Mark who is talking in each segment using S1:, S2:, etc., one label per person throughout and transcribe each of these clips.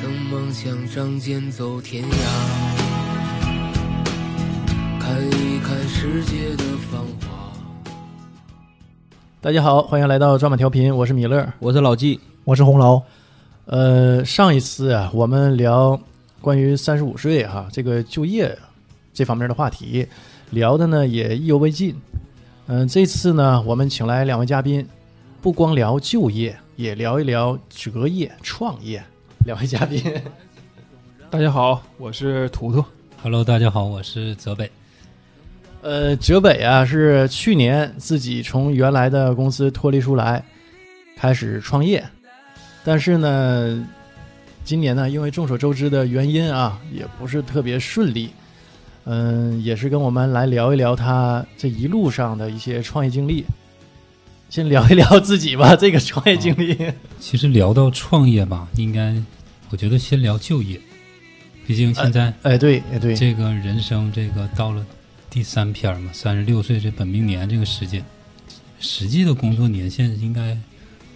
S1: 曾梦想仗剑走天涯，看一看世界的繁华。
S2: 大家好，欢迎来到抓马调频，我是米勒。
S3: 我是老纪，
S4: 我是红楼，
S2: 呃，上一次啊，我们聊关于三十五岁哈、这个就业这方面的话题，聊的呢也意犹未尽。嗯、这次呢，我们请来两位嘉宾，不光聊就业，也聊一聊择业、创业。两位嘉宾，
S5: 大家好，我是图图。
S3: Hello，大家好，我是泽北。
S2: 呃，哲北啊是去年自己从原来的公司脱离出来，开始创业，但是呢，今年呢，因为众所周知的原因啊，也不是特别顺利。嗯，也是跟我们来聊一聊他这一路上的一些创业经历。先聊一聊自己吧，这个创业经历。
S3: 其实聊到创业吧，应该我觉得先聊就业，毕竟现在
S2: 哎，对，哎对，
S3: 这个人生这个到了第三篇儿嘛，三十六岁这本命年这个时间，实际的工作年限应该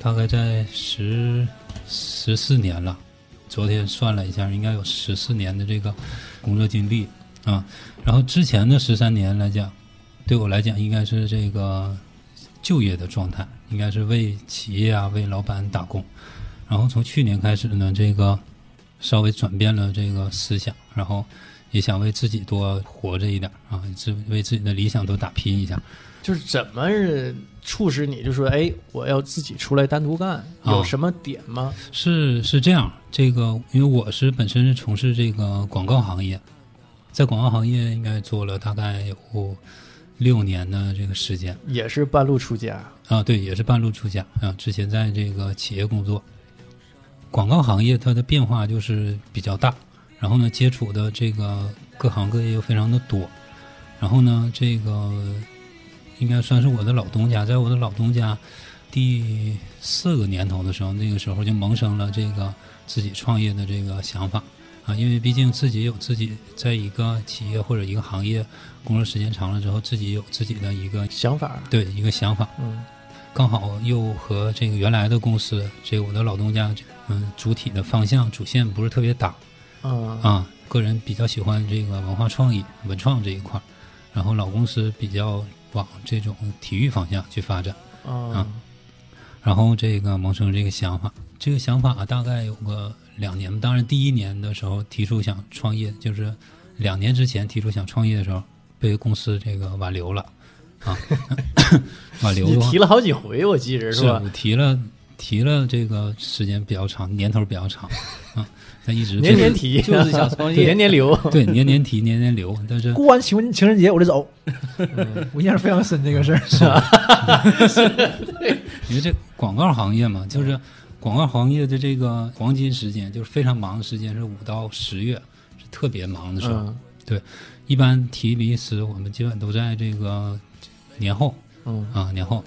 S3: 大概在十十四年了。昨天算了一下，应该有十四年的这个工作经历啊。然后之前的十三年来讲，对我来讲应该是这个就业的状态，应该是为企业啊、为老板打工。然后从去年开始呢，这个稍微转变了这个思想，然后也想为自己多活着一点啊，自为自己的理想多打拼一下。
S2: 就是怎么促使你就说，哎，我要自己出来单独干，有什么点吗？
S3: 是是这样，这个因为我是本身是从事这个广告行业，在广告行业应该做了大概有六年的这个时间
S2: 也是半路出家。
S3: 啊，对，也是半路出家啊。之前在这个企业工作，广告行业它的变化就是比较大，然后呢，接触的这个各行各业又非常的多，然后呢，这个应该算是我的老东家，在我的老东家第四个年头的时候，那个时候就萌生了这个自己创业的这个想法啊，因为毕竟自己有自己在一个企业或者一个行业工作时间长了之后，自己有自己的一个
S2: 想法，
S3: 对一个想法，
S2: 嗯，
S3: 刚好又和这个原来的公司，这个我的老东家，嗯，主体的方向主线不是特别搭
S2: 啊
S3: 啊。个人比较喜欢这个文化创意、文创这一块儿，然后老公司比较往这种体育方向去发展，
S2: 啊
S3: 然后这个萌生这个想法。这个想法大概有个两年，当然第一年的时候提出想创业，就是两年之前提出想创业的时候，被公司这个挽留了啊，挽留
S2: 你
S3: 的话
S2: 提了好几回，我记着
S3: 啊是啊
S2: 吧？
S3: 我提了提了这个时间比较长，年头比较长啊，但一直
S2: 年
S3: 就是
S2: 年提，
S5: 就是想 创业
S2: 年年留。
S3: 对年年提年年留，但是
S4: 过完情情人节我就走，我印象非常深这个事儿。
S3: 因为这广告行业嘛，就是广告行业的这个黄金时间，就是非常忙的时间是五到十月，是特别忙的时候。
S2: 嗯
S3: 一般提离职，我们基本都在这个年后
S2: 嗯
S3: 啊年后，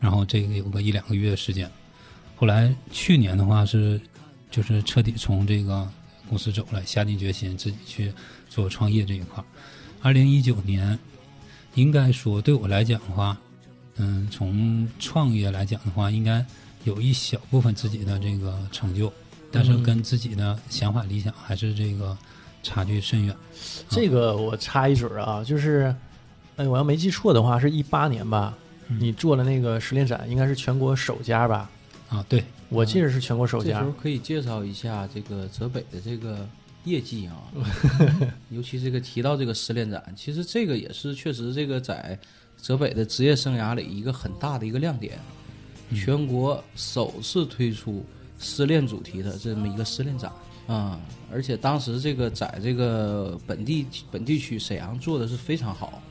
S3: 然后这个有个一两个月时间。后来去年的话是，就是彻底从这个公司走了，下定决心自己去做创业这一块儿。二零一九年，应该说对我来讲的话，嗯，从创业来讲的话，应该有一小部分自己的这个成就，但是
S2: 嗯
S3: 跟自己的想法理想还是这个差距甚远。
S2: 这个我插一嘴儿啊，就是，哎，我要没记错的话，是一八年吧？
S3: 嗯
S2: 你做了那个十连展，应该是全国首家吧？
S3: 啊，对，
S2: 我记着是全国首
S5: 嗯这时
S2: 家
S5: 候。可以介绍一下这个泽北的这个业绩啊，尤其这个提到这个失恋展，其实这个也是确实这个在泽北的职业生涯里一个很大的一个亮点，全国首次推出失恋主题的这么一个失恋展啊、而且当时这个在这个本地本地区沈阳做的是非常好。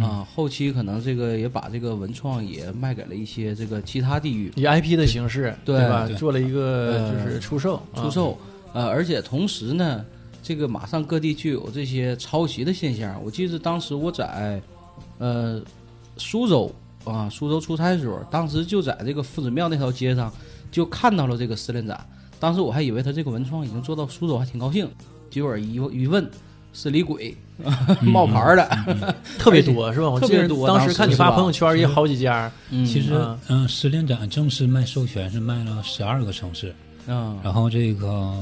S5: 啊，后期可能这个也把这个文创也卖给了一些这个其他地域，
S2: 以 IP 的形式，
S5: 对
S2: 吧？
S3: 对
S2: 做了一个
S5: 呃
S2: 就是出售，
S5: 出
S2: 啊
S5: 售，呃，而且同时呢，这个马上各地就有这些抄袭的现象。我记得当时我在呃苏州啊，苏州出差的时候，当时就在这个夫子庙那条街上就看到了这个失恋展。当时我还以为他这个文创已经做到苏州，还挺高兴。结果一一问，是李鬼 冒牌儿
S2: 嗯
S5: 的，
S2: 特别多是吧？我
S5: 特
S2: 记
S5: 别
S2: 得
S5: 多
S2: 当
S5: 当
S2: 时
S5: 时
S2: 看你
S5: 是
S2: 发
S5: 吧
S2: 朋友圈也好几家，
S3: 其实
S2: 嗯，
S3: 嗯，失恋展正式卖授权是卖了十二个城市，
S5: 嗯
S3: 然后这个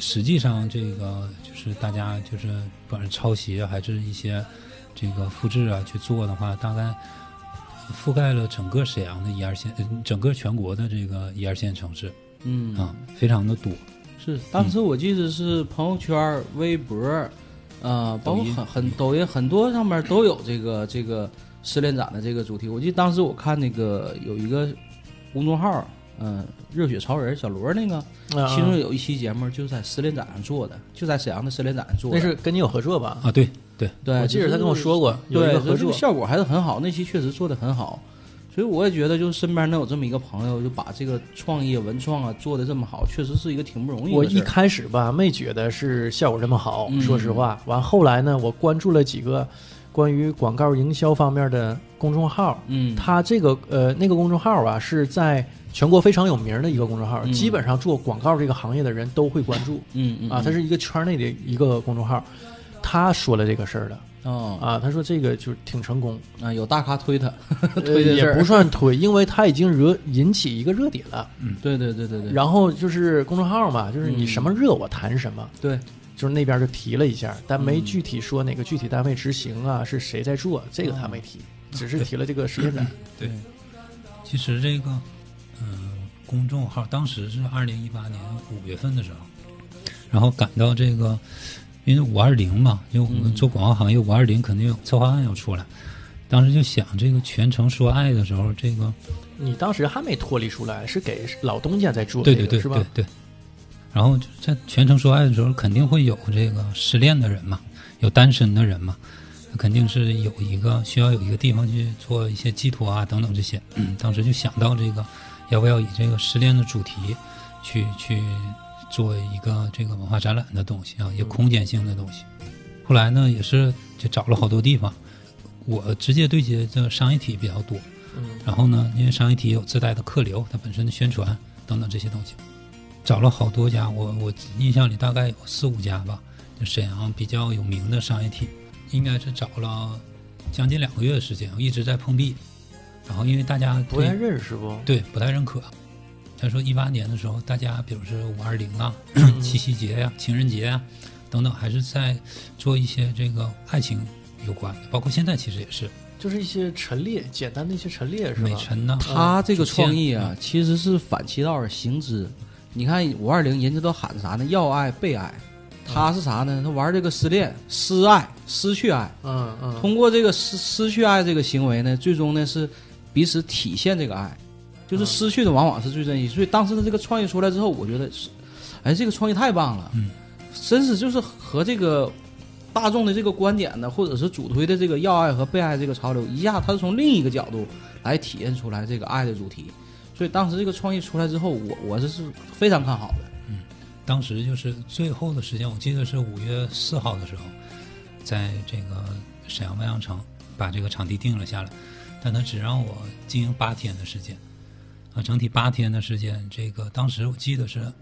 S3: 实际上这个就是大家就是不管是抄袭啊，还是一些这个复制啊去做的话，大概覆盖了整个沈阳的一二线，呃整个全国的这个一二线城市
S5: 嗯
S3: 啊，非常的多。
S5: 是，当时我记得是朋友圈儿、微博儿，
S2: 嗯
S5: 呃，包括很很抖音很多上面都有这个这个失恋展的这个主题。我记得当时我看那个有一个公众号儿，嗯、热血潮人小罗那个，
S2: 啊
S5: 其中有一期节目就是在失恋展上做的，就在沈阳的失恋展上做的。
S2: 那是跟你有合作吧？
S3: 啊，对对，
S5: 对，
S2: 我记得
S5: 就是
S2: 他跟我说过有一
S5: 对，
S2: 个合
S5: 所以这
S2: 作
S5: 个，效果还是很好，那期确实做的很好，所以我也觉得，就是身边能有这么一个朋友，就把这个创业文创啊做的这么好，确实是一个挺不容易的事儿。
S2: 我一开始吧没觉得是效果这么好，
S5: 嗯
S2: 说实话。完后来呢，我关注了几个关于广告营销方面的公众号，
S5: 嗯，
S2: 它这个呃那个公众号啊是在全国非常有名的一个公众号，
S5: 嗯
S2: 基本上做广告这个行业的人都会关注
S5: 嗯嗯
S2: 啊，它是一个圈内的一个公众号。他说了这个事儿了
S5: 哦
S2: 啊，他说这个就是挺成功，
S5: 啊，有大咖推他，
S2: 呃、
S5: 推这事
S2: 也
S5: 儿
S2: 不算推，因为他已经惹引起一个热点了。
S5: 对对对对对，
S2: 然后就是公众号嘛，就是你
S5: 嗯
S2: 什么热我谈什
S3: 嗯
S2: 么，
S5: 对，
S2: 就是那边就提了一下，但没具体说哪个具体单位执行啊，是谁在做，这个他没提，只是提了这个时间点。
S3: 嗯对，其实这个，嗯、公众号当时是二零一八年五月份的时候，然后赶到这个，因为五二零嘛，因为我们做广告行业，五二零肯定有策划案要出来。当时就想这个全程说爱的时候，这个
S2: 你当时还没脱离出来，是给老东家在做、这
S3: 对
S2: 个，
S3: 对对
S2: 是
S3: 对
S2: 吧？
S3: 对。然后就在全程说爱的时候，肯定会有这个失恋的人嘛，有单身的人嘛，肯定是有一个需要有一个地方去做一些寄托啊等等这些。当时就想到这个，要不要以这个失恋的主题去去做一个这个文化展览的东西啊，一个空间性的东西。后来呢，也是就找了好多地方，我直接对接的商业体比较多，
S2: 嗯，
S3: 然后呢，因为商业体有自带的客流，它本身的宣传等等这些东西，找了好多家，我我印象里大概有四五家吧，就沈阳比较有名的商业体，应该是找了将近两个月的时间，我一直在碰壁，然后因为大家
S2: 不太
S3: 对
S2: 认识不？
S3: 对不太认可。他说，一八年的时候，大家比如说五二零啊、
S2: 嗯
S3: 七夕节呀、情人节呀、啊等等，还是在做一些这个爱情有关的，包括现在其实也是
S2: 就是一些陈列，简单的一些陈列是吧
S3: 美？辰呐、
S5: 他这个创意啊，其实是反其道而行之。你看五二零，人家都喊啥呢？要爱被爱，他是啥呢？他玩这个失恋、失爱、失去爱，
S2: 嗯嗯，
S5: 通过这个失失去爱这个行为呢，最终呢是彼此体现这个爱，就是
S2: 嗯
S5: 失去的往往是最珍惜。所以当时他这个创意出来之后，我觉得是，哎，这个创意太棒了，
S3: 嗯
S5: 真是就是和这个大众的这个观点呢，或者是主推的这个要爱和被爱这个潮流，一下他是从另一个角度来体现出来这个爱的主题。所以当时这个创意出来之后，我我是是非常看好的。
S3: 当时就是最后的时间，我记得是五月四号的时候，在这个沈阳万象城把这个场地定了下来，但他只让我经营八天的时间，啊，整体八天的时间，这个当时我记得是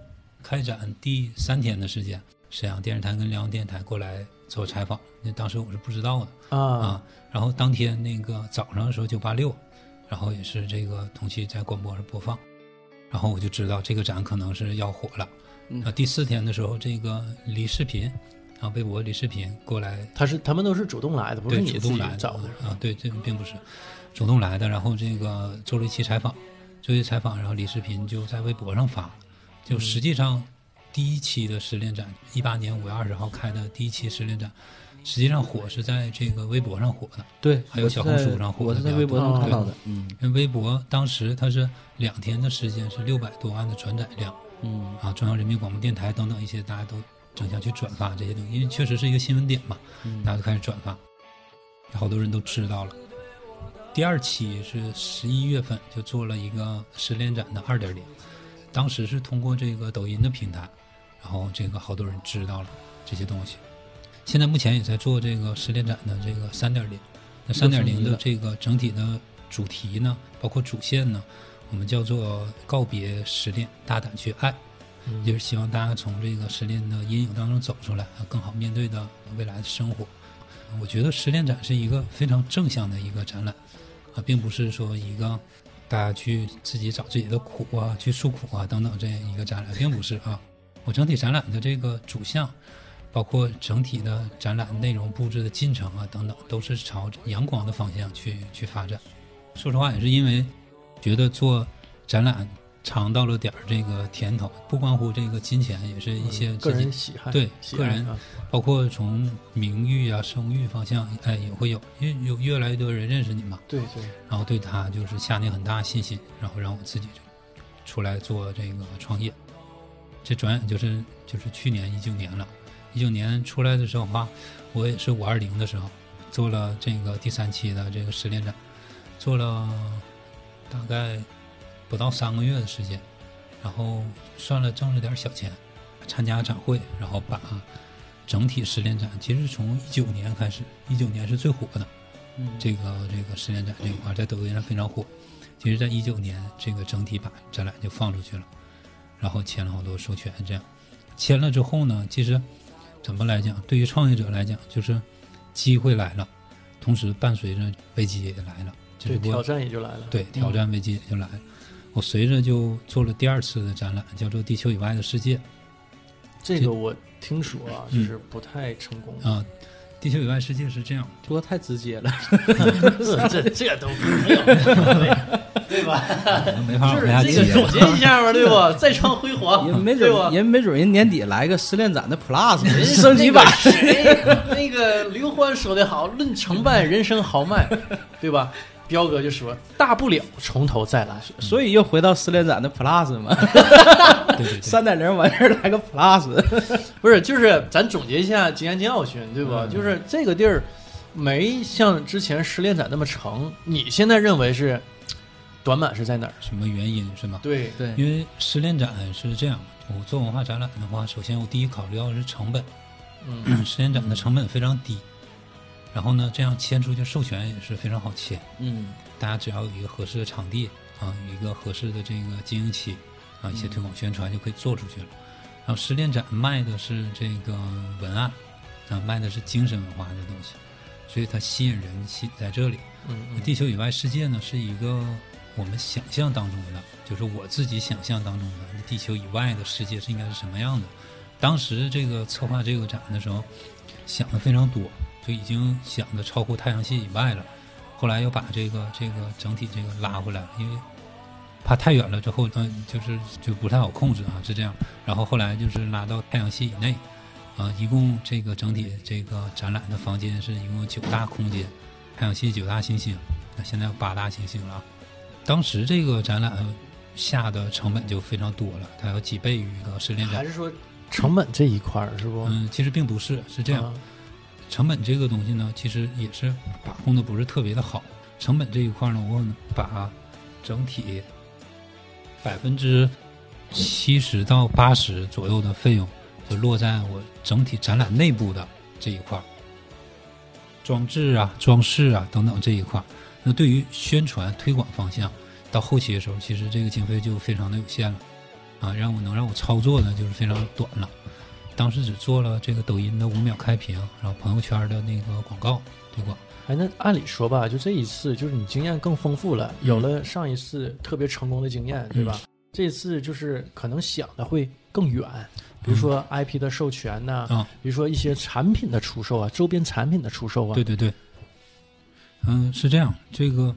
S3: 开展第三天的时间，沈阳电视台跟辽阳电台过来做采访，那当时我是不知道的，
S2: 啊，
S3: 啊，然后当天那个早上的时候九八六，然后也是这个同期在广播上播放，然后我就知道这个展可能是要火了。
S5: 嗯
S3: 啊，第四天的时候，这个李世频，啊，微博李世频过来，
S2: 他是他们都是主动来的，不是
S3: 对，
S2: 你
S3: 主
S2: 自
S3: 动
S2: 己
S3: 来的
S2: 找的。
S3: 啊，对，这并不是主动来的。然后这个做了一期采访，做一期采访，然后李世频就在微博上发，
S2: 嗯
S3: 就实际上第一期的失恋展，一八年五月二十号开的第一期失恋展，实际上火是在这个微博上火的。
S5: 对，
S3: 还有小红书上火
S5: 我
S3: 的
S5: 是
S3: 比较
S5: 在微博上
S2: 多
S5: 看到的。嗯
S3: 因为微博当时它是两天的时间是六百多万的转载量
S5: 嗯
S3: 啊，中央人民广播电台等等一些大家都争相去转发这些东西，因为确实是一个新闻点嘛，
S5: 嗯
S3: 大家就开始转发，好多人都知道了。第二期是十一月份就做了一个十连展的二点零，当时是通过这个抖音的平台，然后这个好多人知道了这些东西。现在目前也在做这个十连展的这个三点零，那三点零的这个整体的主题呢，包括主线呢，我们叫做告别失恋，大胆去爱。就是希望大家从这个失恋的阴影当中走出来，更好面对的未来的生活。我觉得失恋展是一个非常正向的一个展览，啊，并不是说一个大家去自己找自己的苦啊，去诉苦啊等等这样一个展览，并不是啊。我整体展览的这个主项，包括整体的展览内容布置的进程啊等等，都是朝阳光的方向去去发展。说实话，也是因为觉得做展览尝到了点儿这个甜头，不光乎这个金钱，也是一些
S2: 嗯个
S3: 自己
S2: 人喜爱，
S3: 对
S2: 喜
S3: 个
S2: 爱
S3: 人
S2: 啊，
S3: 包括从名誉啊、声誉方向，哎，也会有，因为有越来越多人认识你嘛，
S2: 对对，
S3: 然后对他就是下定很大的信心，然后让我自己就出来做这个创业。这转眼就是就是去年一九年了，一九年出来的时候哈、我也是五二零的时候做了这个第三期的这个失恋展，做了大概不到三个月的时间，然后算了挣了点小钱，参加展会，然后把整体失恋展，其实从一九年开始，一九年是最火的，这个这个实验展这一块在抖音上非常火。其实，在一九年，这个整体把展览就放出去了，然后签了好多授权，这样签了之后呢，其实怎么来讲，对于创业者来讲，就是机会来了，同时伴随着危机也来了，只
S2: 对
S3: 不过
S2: 挑战也就来了，
S3: 对，挑战危机也就来了。我随着就做了第二次的展览，叫做《地球以外的世界》
S2: 这
S3: 这
S2: 个我听说啊，
S3: 嗯
S2: 就是不太成功，
S3: 啊，《地球以外世界》是这样，
S5: 说得太直接了，
S2: 这 这这都没有，对吧？
S3: 啊没法往下
S2: 就是这
S3: 接
S2: 个。总结一下吧，对吧？再创辉煌，
S5: 人没
S2: 啊对吧
S5: 准？人没准人年底来个失恋展的 Plus
S2: 人家
S5: 升级版，
S2: 那个谁那个刘欢说的好，论成败，人生豪迈，对吧？彪哥就说，大不了从头再来。
S5: 所以又回到失恋展的 Plus 嘛，
S3: 对对对，
S5: 三点零完事儿来个 Plus，
S2: 不是，就是咱总结一下经验教训，对吧？就是这个地儿没像之前失恋展那么长。你现在认为是短板是在哪儿？
S3: 什么原因是吗？
S2: 对，
S5: 对，
S3: 因为失恋展是这样，我做文化展览的话，首先我第一考虑到的是成本，
S2: 嗯，
S3: 失恋展的成本非常低，然后呢，这样签出去授权也是非常好签，
S5: 嗯，
S3: 大家只要有一个合适的场地啊，有一个合适的这个经营期啊，
S5: 嗯
S3: 一些推广宣传就可以做出去了。然后失恋展卖的是这个文案，啊，卖的是精神文化这东西，所以它吸引人吸引在这里。
S2: 嗯
S3: 《地球以外世界》呢，是一个我们想象当中的，就是我自己想象当中的地球以外的世界是应该是什么样的。当时这个策划这个展的时候，想的非常多，就已经想的超乎太阳系以外了。后来又把这个这个整体这个拉回来了，因为怕太远了之后，嗯、就是就不太好控制啊，是这样。然后后来就是拉到太阳系以内，啊、一共这个整体这个展览的房间是一共有九大空间，太阳系九大行星，那现在有八大行星了啊。当时这个展览下的成本就非常多了，它有几倍于一个失恋
S2: 还
S3: 展。
S2: 是说成本这一块儿是不？
S3: 嗯，其实并不是，是这样，
S2: 啊，
S3: 成本这个东西呢，其实也是把控的不是特别的好。成本这一块呢，我可能把整体百分之七十到八十左右的费用，就落在我整体展览内部的这一块儿，装置啊、装饰啊等等这一块儿。那对于宣传推广方向，到后期的时候，其实这个经费就非常的有限了，啊，让我能让我操作的就是非常短了。当时只做了这个抖音的五秒开屏，然后朋友圈的那个广告推广。
S2: 哎，那按理说吧，就这一次，就是你经验更丰富了，有
S3: 嗯
S2: 了上一次特别成功的经验，对吧？这次就是可能想的会更远，比如说 IP 的授权呐、
S3: 嗯
S2: 比如说一些产品的出售啊，周边产品的出售啊，
S3: 对对对，嗯，是这样。这个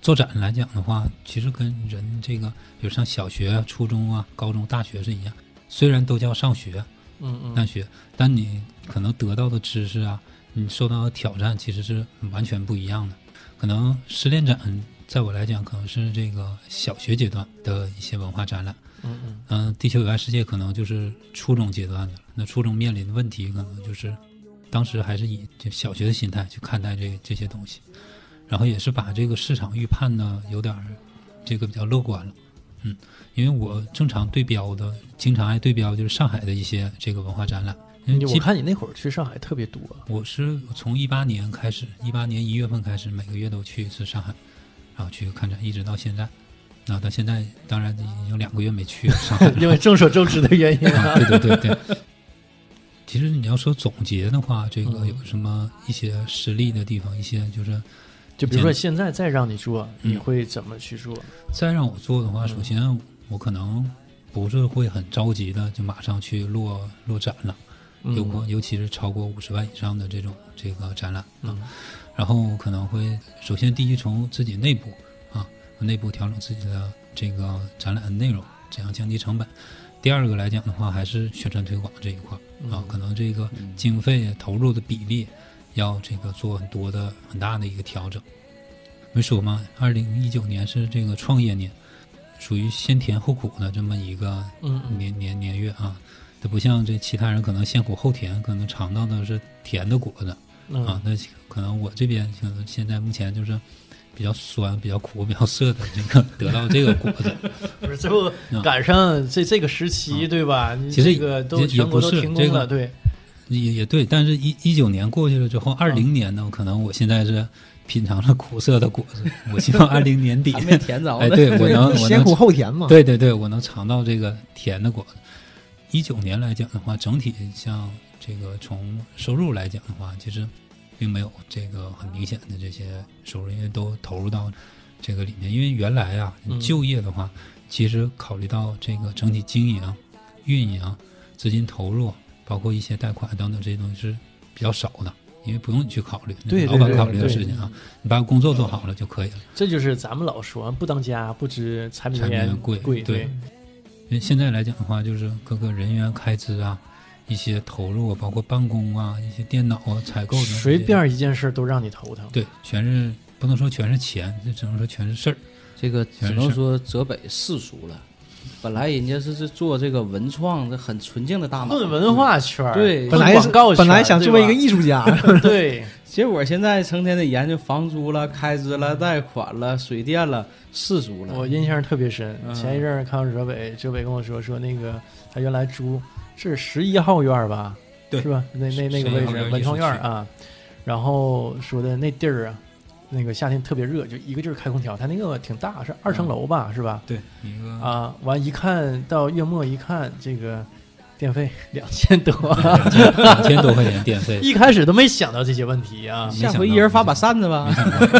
S3: 做展来讲的话，其实跟人这个，比如上小学、啊、初中啊、高中、大学是一样，虽然都叫上学、
S2: 嗯
S3: 大学，但你可能得到的知识啊，你受到的挑战其实是完全不一样的。可能失恋展在我来讲，可能是这个小学阶段的一些文化展览。
S2: 嗯嗯
S3: 嗯，地球以外世界可能就是初中阶段的了。那初中面临的问题，可能就是当时还是以就小学的心态去看待这这些东西，然后也是把这个市场预判呢有点儿这个比较乐观了。嗯，因为我正常对标的，经常爱对标就是上海的一些这个文化展览，因
S2: 嗯，
S3: 为
S2: 我
S3: 基
S2: 看你那会儿去上海特别 多，
S3: 我是从一八年开始，一八年一月份开始，每个月都去一次上海，然后去看展，一直到现在。那到现在当然已经有两个月没去了上 海了
S2: 因为众所周知的原 因
S3: 啊，
S2: 啊。
S3: 对对对对。其实你要说总结的话，这个
S2: 嗯
S3: 有什么一些实例的地方，一些就是
S2: 就比如
S3: 嗯
S2: 说现在再让你做，你会怎么去做？
S3: 再让我做的话，首先我可能不是会很着急的就马上去落落展了，尤
S2: 嗯
S3: 过尤其是超过五十万以上的这种这个展览啊
S2: 嗯，
S3: 然后可能会首先第一从自己内部啊内部调整自己的这个展览的内容，怎样降低成本。第二个来讲的话，还是宣传推广这一块儿啊
S2: 嗯，
S3: 可能这个经费投入的比例要这个做很多的很大的一个调整。没说嘛，二零一九年是这个创业年，属于先甜后苦的这么一个
S2: 嗯嗯
S3: 年年年月啊，它不像这其他人可能先苦后甜，可能尝到的是甜的果子
S2: 嗯
S3: 啊。那可能我这边可能现在目前就是比较酸、比较苦、比较涩的这个得到这个果子，
S2: 不是，这不赶上这这个时期对吧？你
S3: 嗯啊其实
S2: 这个都
S3: 也也
S2: 全国
S3: 不
S2: 都
S3: 是
S2: 停
S3: 这
S2: 工
S3: 个
S2: 了，对，
S3: 也也对。但是一一九年过去了之后，二零年呢，可能我现在是品尝了苦涩的果子，我希望二零年底
S5: 还没填着
S3: 哎，
S5: 呢。
S3: 对我能我能
S4: 先苦后甜嘛。
S3: 对对对，我能尝到这个甜的果子。一九年来讲的话，整体像这个从收入来讲的话，其实并没有这个很明显的这些收入，因为都投入到这个里面。因为原来啊，
S2: 嗯
S3: 你就业的话，其实考虑到这个整体经营、啊运营、资金投入，包括一些贷款等等这些东西是比较少的，因为不用你去考虑，那
S2: 对
S3: 是
S2: 对
S3: 老板
S2: 对
S3: 考虑的
S2: 对
S3: 事情啊，你把工作做好了就可以了。
S2: 这就是咱们老说不当家不知柴米
S3: 柴米
S2: 油盐
S3: 油贵
S2: 贵，
S3: 对因为现在来讲的话，就是各个人员开支啊，一些投入啊，包括办公啊，一些电脑啊，采购的，
S2: 随便一件事儿都让你头疼。
S3: 对，全是不能说全是钱，这只能说全是事儿。
S5: 这个只能说泽北世俗了。本来人家是是做这个文创，这很纯净的嗯大脑，
S2: 混文化圈儿，
S5: 对
S2: 混
S4: 本来是
S2: 广
S5: 啊
S2: 告圈儿，
S4: 本来想
S2: 对
S4: 作为一
S2: 吧
S4: 个艺术家，
S2: 对，
S5: 结果现在成天得研究房租了、开支了、贷款了、水电了、世俗了。
S2: 我印象特别深。
S5: 嗯
S2: 前一阵儿看哲北，哲北跟我说说那个他原来租是十一号院儿吧，
S3: 对
S2: 是吧？那那那个位
S3: 11号
S2: 置
S3: 院
S2: 文创
S3: 艺术
S2: 院儿啊，然后说的那地儿啊，那个夏天特别热，就一个劲儿开空调。他那个挺大，是二层楼吧，是吧？
S3: 对，一个
S2: 啊，完一看到月末一看这个电 费两千多，
S3: 两千多块钱电 费，
S2: 一开始都没想到这些问题啊。
S5: 下回一人发把扇子吧，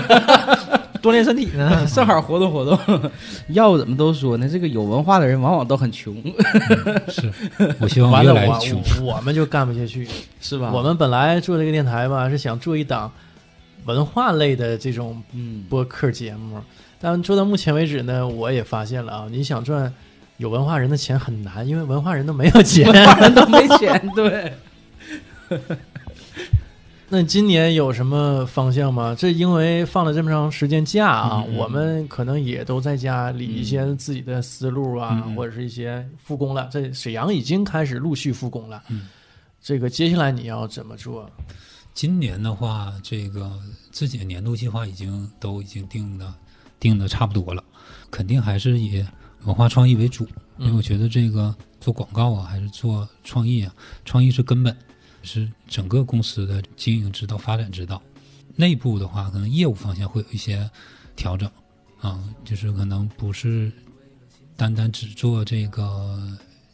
S4: 锻炼身体呢。
S5: 正好活动活动。要不怎么都说呢？这个有文化的人往往都很穷，
S3: 是我希望
S2: 完
S3: 越
S2: 了，
S3: 来越
S2: 我
S3: 穷。
S2: 我我们就干不下 去。
S5: 是吧？
S2: 我们本来做这个电台吧，是想做一档文化类的这种
S5: 嗯，
S2: 播客节目，但做到目前为止呢，我也发现了啊，你想赚有文化人的钱很难，因为文化人都没有钱。
S5: 人都没钱，对。
S2: 那今年有什么方向吗？这因为放了这么长时间假啊，
S3: 嗯嗯
S2: 我们可能也都在家理一些自己的思路啊，
S3: 嗯嗯
S2: 或者是一些复工了。这沈阳已经开始陆续复工了，
S3: 嗯
S2: 这个接下来你要怎么做？
S3: 今年的话，这个自己的年度计划已经都已经定的定的差不多了，肯定还是以文化创意为主，因为我觉得这个做广告啊，还是做创意啊，创意是根本，是整个公司的经营之道、发展之道。内部的话，可能业务方向会有一些调整啊，就是可能不是单单只做这个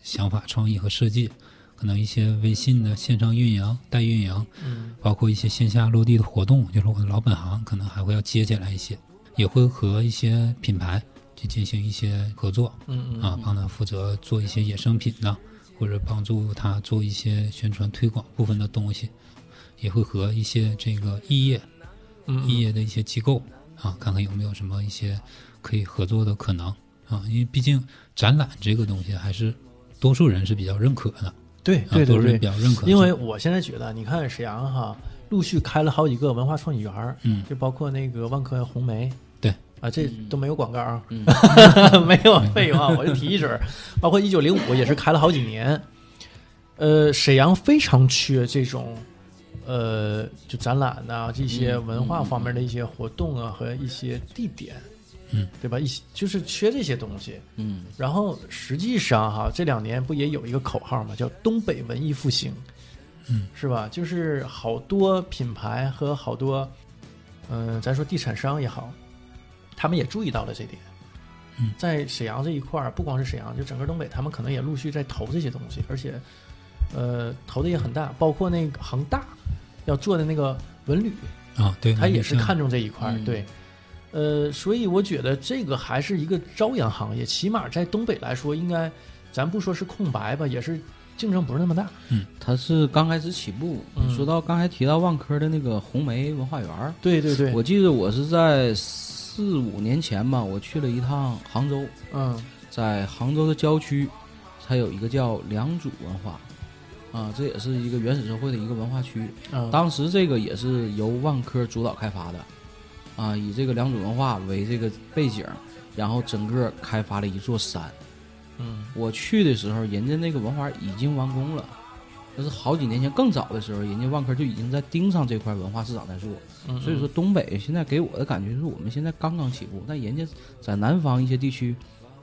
S3: 想法创意和设计，可能一些微信的线上运营、代运营。
S2: 嗯
S3: 包括一些线下落地的活动，就是我的老本行，可能还会要接起来一些，也会和一些品牌去进行一些合作
S2: 嗯嗯
S3: 啊，帮他负责做一些衍生品呐、或者帮助他做一些宣传推广部分的东西，也会和一些这个异业、
S2: 嗯嗯
S3: 异业的一些机构啊，看看有没有什么一些可以合作的可能啊，因为毕竟展览这个东西还是多数人是比较认可的，
S2: 对
S3: 啊，
S2: 对
S3: 都
S2: 对
S3: 是
S2: 对
S3: 比，较认可的，
S2: 因为我现在觉得，你看沈阳哈，陆续开了好几个文化创意园儿，
S3: 嗯
S2: 就包括那个万科红梅，
S3: 对
S2: 啊，这都没有广告啊，
S5: 嗯
S2: 没有废话，我就提一嘴 儿。包括一九零五也是开了好几年，呃，沈阳非常缺这种。呃，就展览呐、这些文化方面的一些活动啊，和一些地点，
S3: 嗯，
S2: 对吧？一些就是缺这些东西。
S5: 嗯，
S2: 然后实际上哈，这两年不也有一个口号嘛，叫“东北文艺复兴”，
S3: 嗯，
S2: 是吧？就是好多品牌和好呃多，嗯、咱说地产商也好，他们也注意到了这点，
S3: 嗯
S2: 在沈阳这一块儿，不光是沈阳，就整个东北，他们可能也陆续在投这些东西，而且，呃，投的也很大，包括那个恒大要做的那个文旅，
S3: 啊，对，
S2: 他
S3: 我
S2: 也
S3: 就是
S2: 看中这一块儿，
S5: 嗯
S2: 对。呃，所以我觉得这个还是一个朝阳行业，起码在东北来说，应该咱不说是空白吧，也是竞争不是那么大。
S5: 它是刚开始起步。
S2: 嗯
S5: 你说到刚才提到万科的那个红梅文化园儿，
S2: 对对对，
S5: 我记得我是在四五年前吧，我去了一趟杭州，
S2: 嗯
S5: 在杭州的郊区，它有一个叫良渚文化，啊，这也是一个原始社会的一个文化区。
S2: 嗯，
S5: 当时这个也是由万科主导开发的，啊，以这个良渚文化为这个背景，然后整个开发了一座山。
S2: 嗯
S5: 我去的时候，人家那个文化已经完工了，那是好几年前更早的时候，人家万科就已经在盯上这块文化市场在做。
S2: 嗯，
S5: 所以说，东北现在给我的感觉是我们现在刚刚起步，但人家在南方一些地区，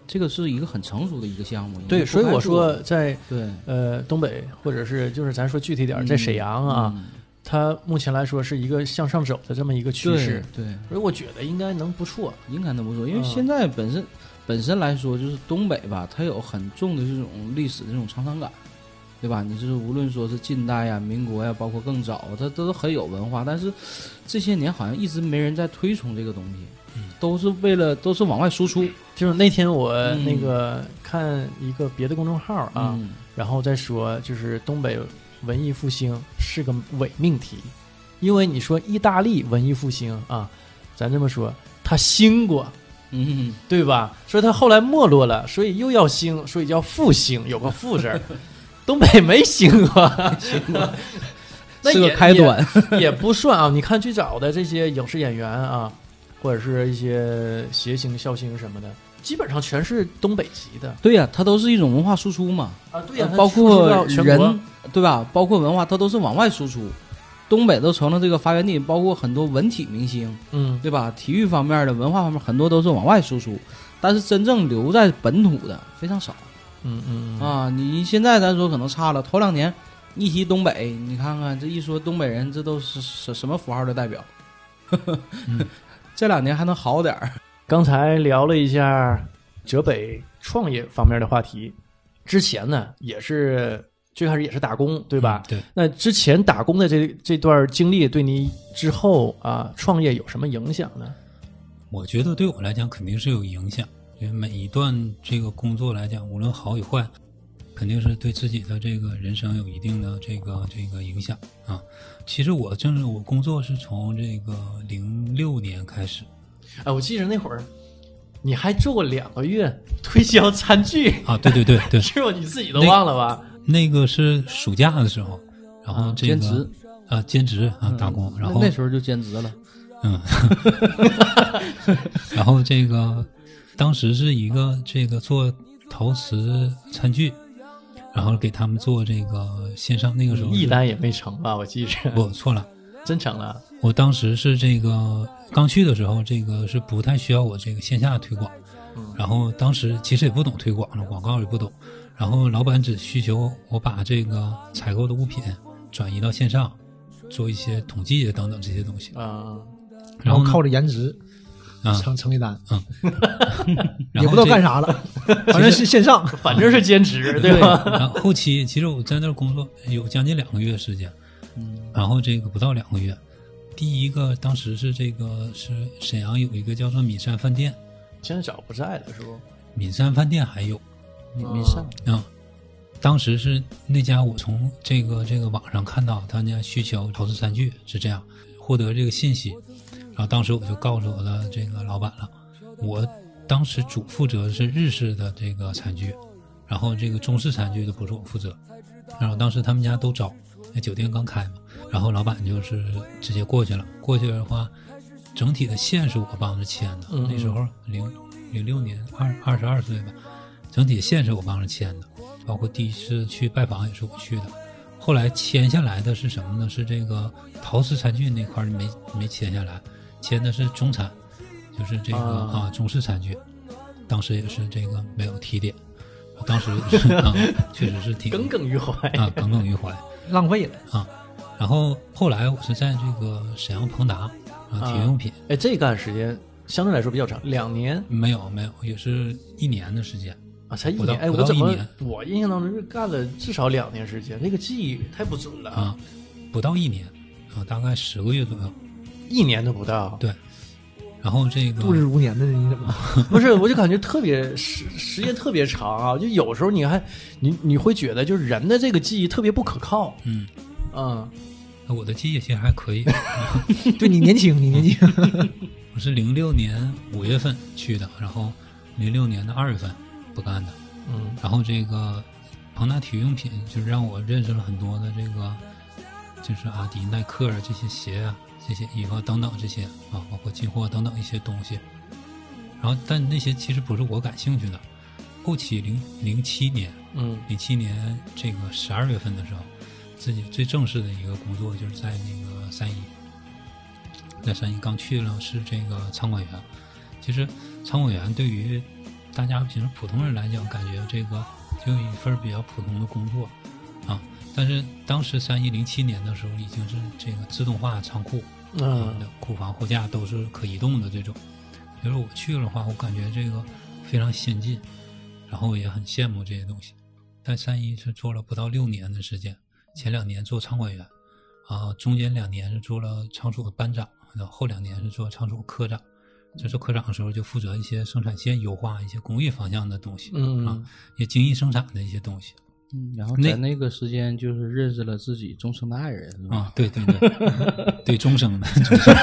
S5: 这个是一个很成熟的一个项目。
S2: 对，
S5: 人家
S2: 所以
S5: 不开
S2: 我
S5: 始
S2: 说在
S5: 对，
S2: 呃东北，或者是就是咱说具体点儿，在沈阳啊，
S5: 嗯，
S2: 它目前来说是一个向上走的这么一个趋势，
S5: 对，对
S2: 所以我觉得应该能不错。
S5: 应该能不错，因
S2: 嗯
S5: 为现在本身、本身来说，就是东北吧，它有很重的这种历史的这种沧桑感，对吧？你就是无论说是近代呀、民国呀，包括更早，它都很有文化，但是这些年好像一直没人在推崇这个东西，
S2: 嗯
S5: 都是为了都是往外输出
S2: 就是那天我
S5: 嗯
S2: 那个看一个别的公众号啊，
S5: 嗯
S2: 然后再说就是东北文艺复兴是个伪命题，因为你说意大利文艺复兴啊，咱这么说，它兴过，
S5: 嗯，
S2: 对吧？所以它后来没落了，所以又要兴，所以叫复兴，有个复 字儿。东北没兴过， 那
S5: 是个
S2: 也
S5: 开端，
S2: 也也不算啊。你看最早的这些影视演员啊，或者是一些谐星、笑星什么的，基本上全是东北籍的
S5: 对呀、它都是一种文化输出嘛，
S2: 啊。对呀、
S5: 包括
S2: 它全国
S5: 人，对吧？包括文化，它都是往外输出。东北都成了这个发源地，包括很多文体明星，
S2: 嗯，
S5: 对吧？体育方面的、文化方面，很多都是往外输出，但是真正留在本土的非常少
S2: 嗯嗯嗯
S5: 啊。你现在咱说可能差了，头两年一提东北，你看看这一说东北人，这都是什什么符号的代表？
S3: 嗯
S5: 这两年还能好点儿，
S2: 刚才聊了一下浙北创业方面的话题，之前呢也是最开始也是打工，对吧？
S3: 嗯对，
S2: 那之前打工的这这段经历，对你之后啊创业有什么影响呢？
S3: 我觉得对我来讲肯定是有影响，因为每一段这个工作来讲，无论好与坏，肯定是对自己的这个人生有一定的这个这个影响啊。其实我正是我工作是从这个零六年开始
S2: 哎，我记着那会儿你还做过两个月推销餐具，
S3: 啊，对对对对，
S2: 是吧？你自己都忘了吧？
S3: 那个是暑假的时候，然后
S5: 啊
S3: 这个
S5: 兼职
S3: 啊兼职啊打工，然后
S5: 那时候就兼职了。
S3: 嗯，然后这个当时是一个这个做陶瓷餐具，然后给他们做这个线上，那个时候
S2: 一单也没成吧？我记着，
S3: 我错了，
S2: 真成了。
S3: 我当时是这个刚去的时候，这个是不太需要我这个线下推广，
S4: 嗯
S3: 然后当时其实也不懂推广了，广告也不懂，然后老板只需求我把这个采购的物品转移到线上，做一些统计等等这些东西，
S2: 啊、
S3: 然
S4: 然后
S3: 后呢
S4: 哦靠着颜值
S3: 啊
S4: 成成一单，
S3: 然
S4: 也
S3: 后
S4: 不知道
S3: 这
S4: 干啥了，反正是线上，
S2: 反正是兼职，对吧？
S3: 然后后期其实我在那儿工作有将近两个月时间，
S4: 嗯
S3: 然后这个不到两个月，第一个当时是这个是沈阳有一个叫做闽山饭店，
S2: 现在早不在了，是不？
S3: 闽山饭店还有
S5: 没没上，
S3: 啊，当时是那家我从这个这个网上看到他家需求陶瓷餐具是这样，获得这个信息，然后当时我就告诉我的这个老板了，我当时主负责是日式的这个餐具，然后这个中式餐具的不是我负责，然后当时他们家都招，那酒店刚开嘛，然后老板就是直接过去了，过去的话。整体的线是我帮着牵的，
S2: 嗯
S3: 那时候零零六年二二十二岁吧，整体线是我帮着签的，包括第一次去拜访也是我去的。后来签下来的是什么呢？是这个陶瓷餐具那块儿没没签下来，签的是中餐，就是这个
S2: 啊
S3: 啊中式餐具。当时也是这个没有提点，当时 啊确实是挺
S2: 耿耿于怀。
S3: 啊耿耿于怀。
S4: 浪费了。
S3: 然后后来我是在这个沈阳鹏达啊体育用品
S2: 哎，这一干时间相对来说比较长，两年
S3: 没有没有，也是一年的时间。
S2: 啊，才一
S3: 不到
S2: 年。哎，
S3: 不
S2: 我
S3: 到
S2: 怎
S3: 一
S2: 么
S3: 年
S2: 我印象当中是干了至少两年时间？那个记忆太不准了，
S3: 啊，不到一年啊，大概十个月左右。
S2: 一年都不到。
S3: 对，然后这个
S4: 度日如年的，你怎 么？
S2: 不是，我就感觉特别时时间特别长啊，就有时候你还你你会觉得就是人的这个记忆特别不可靠。
S3: 嗯，
S2: 啊，
S3: 那我的记忆其实还可以。
S4: 对你年轻，你年轻，
S3: 我是零六年五月份去的，然后零六年的二月份不干的。
S2: 嗯
S3: 然后这个庞大体育用品就是让我认识了很多的这个，就是阿迪、耐克啊这些鞋啊、这些衣服啊等等这些啊，包括进货等等一些东西。然后，但那些其实不是我感兴趣的。后期零零七年，
S2: 嗯
S3: 零七年这个十二月份的时候，自己最正式的一个工作就是在那个三一，在三一刚去了是这个仓管员。其实仓管员对于大家平时普通人来讲，感觉这个就一份比较普通的工作啊。但是当时三一零七年的时候，已经是这个自动化仓库，啊
S2: 嗯，
S3: 库房、货架都是可移动的这种。就是我去了的话，我感觉这个非常先进，然后也很羡慕这些东西。但三一是做了不到六年的时间，前两年做仓管员，啊，中间两年是做了仓储的班长，然后后两年是做仓储科长。在做科长的时候，就负责一些生产线优化、一些工业方向的东西，
S2: 嗯
S3: 啊，也精益生产的一些东西
S5: 嗯，然后
S3: 那
S5: 在那个时间就是认识了自己终生的爱人，是吧？
S3: 啊，对对对，对终生的，终生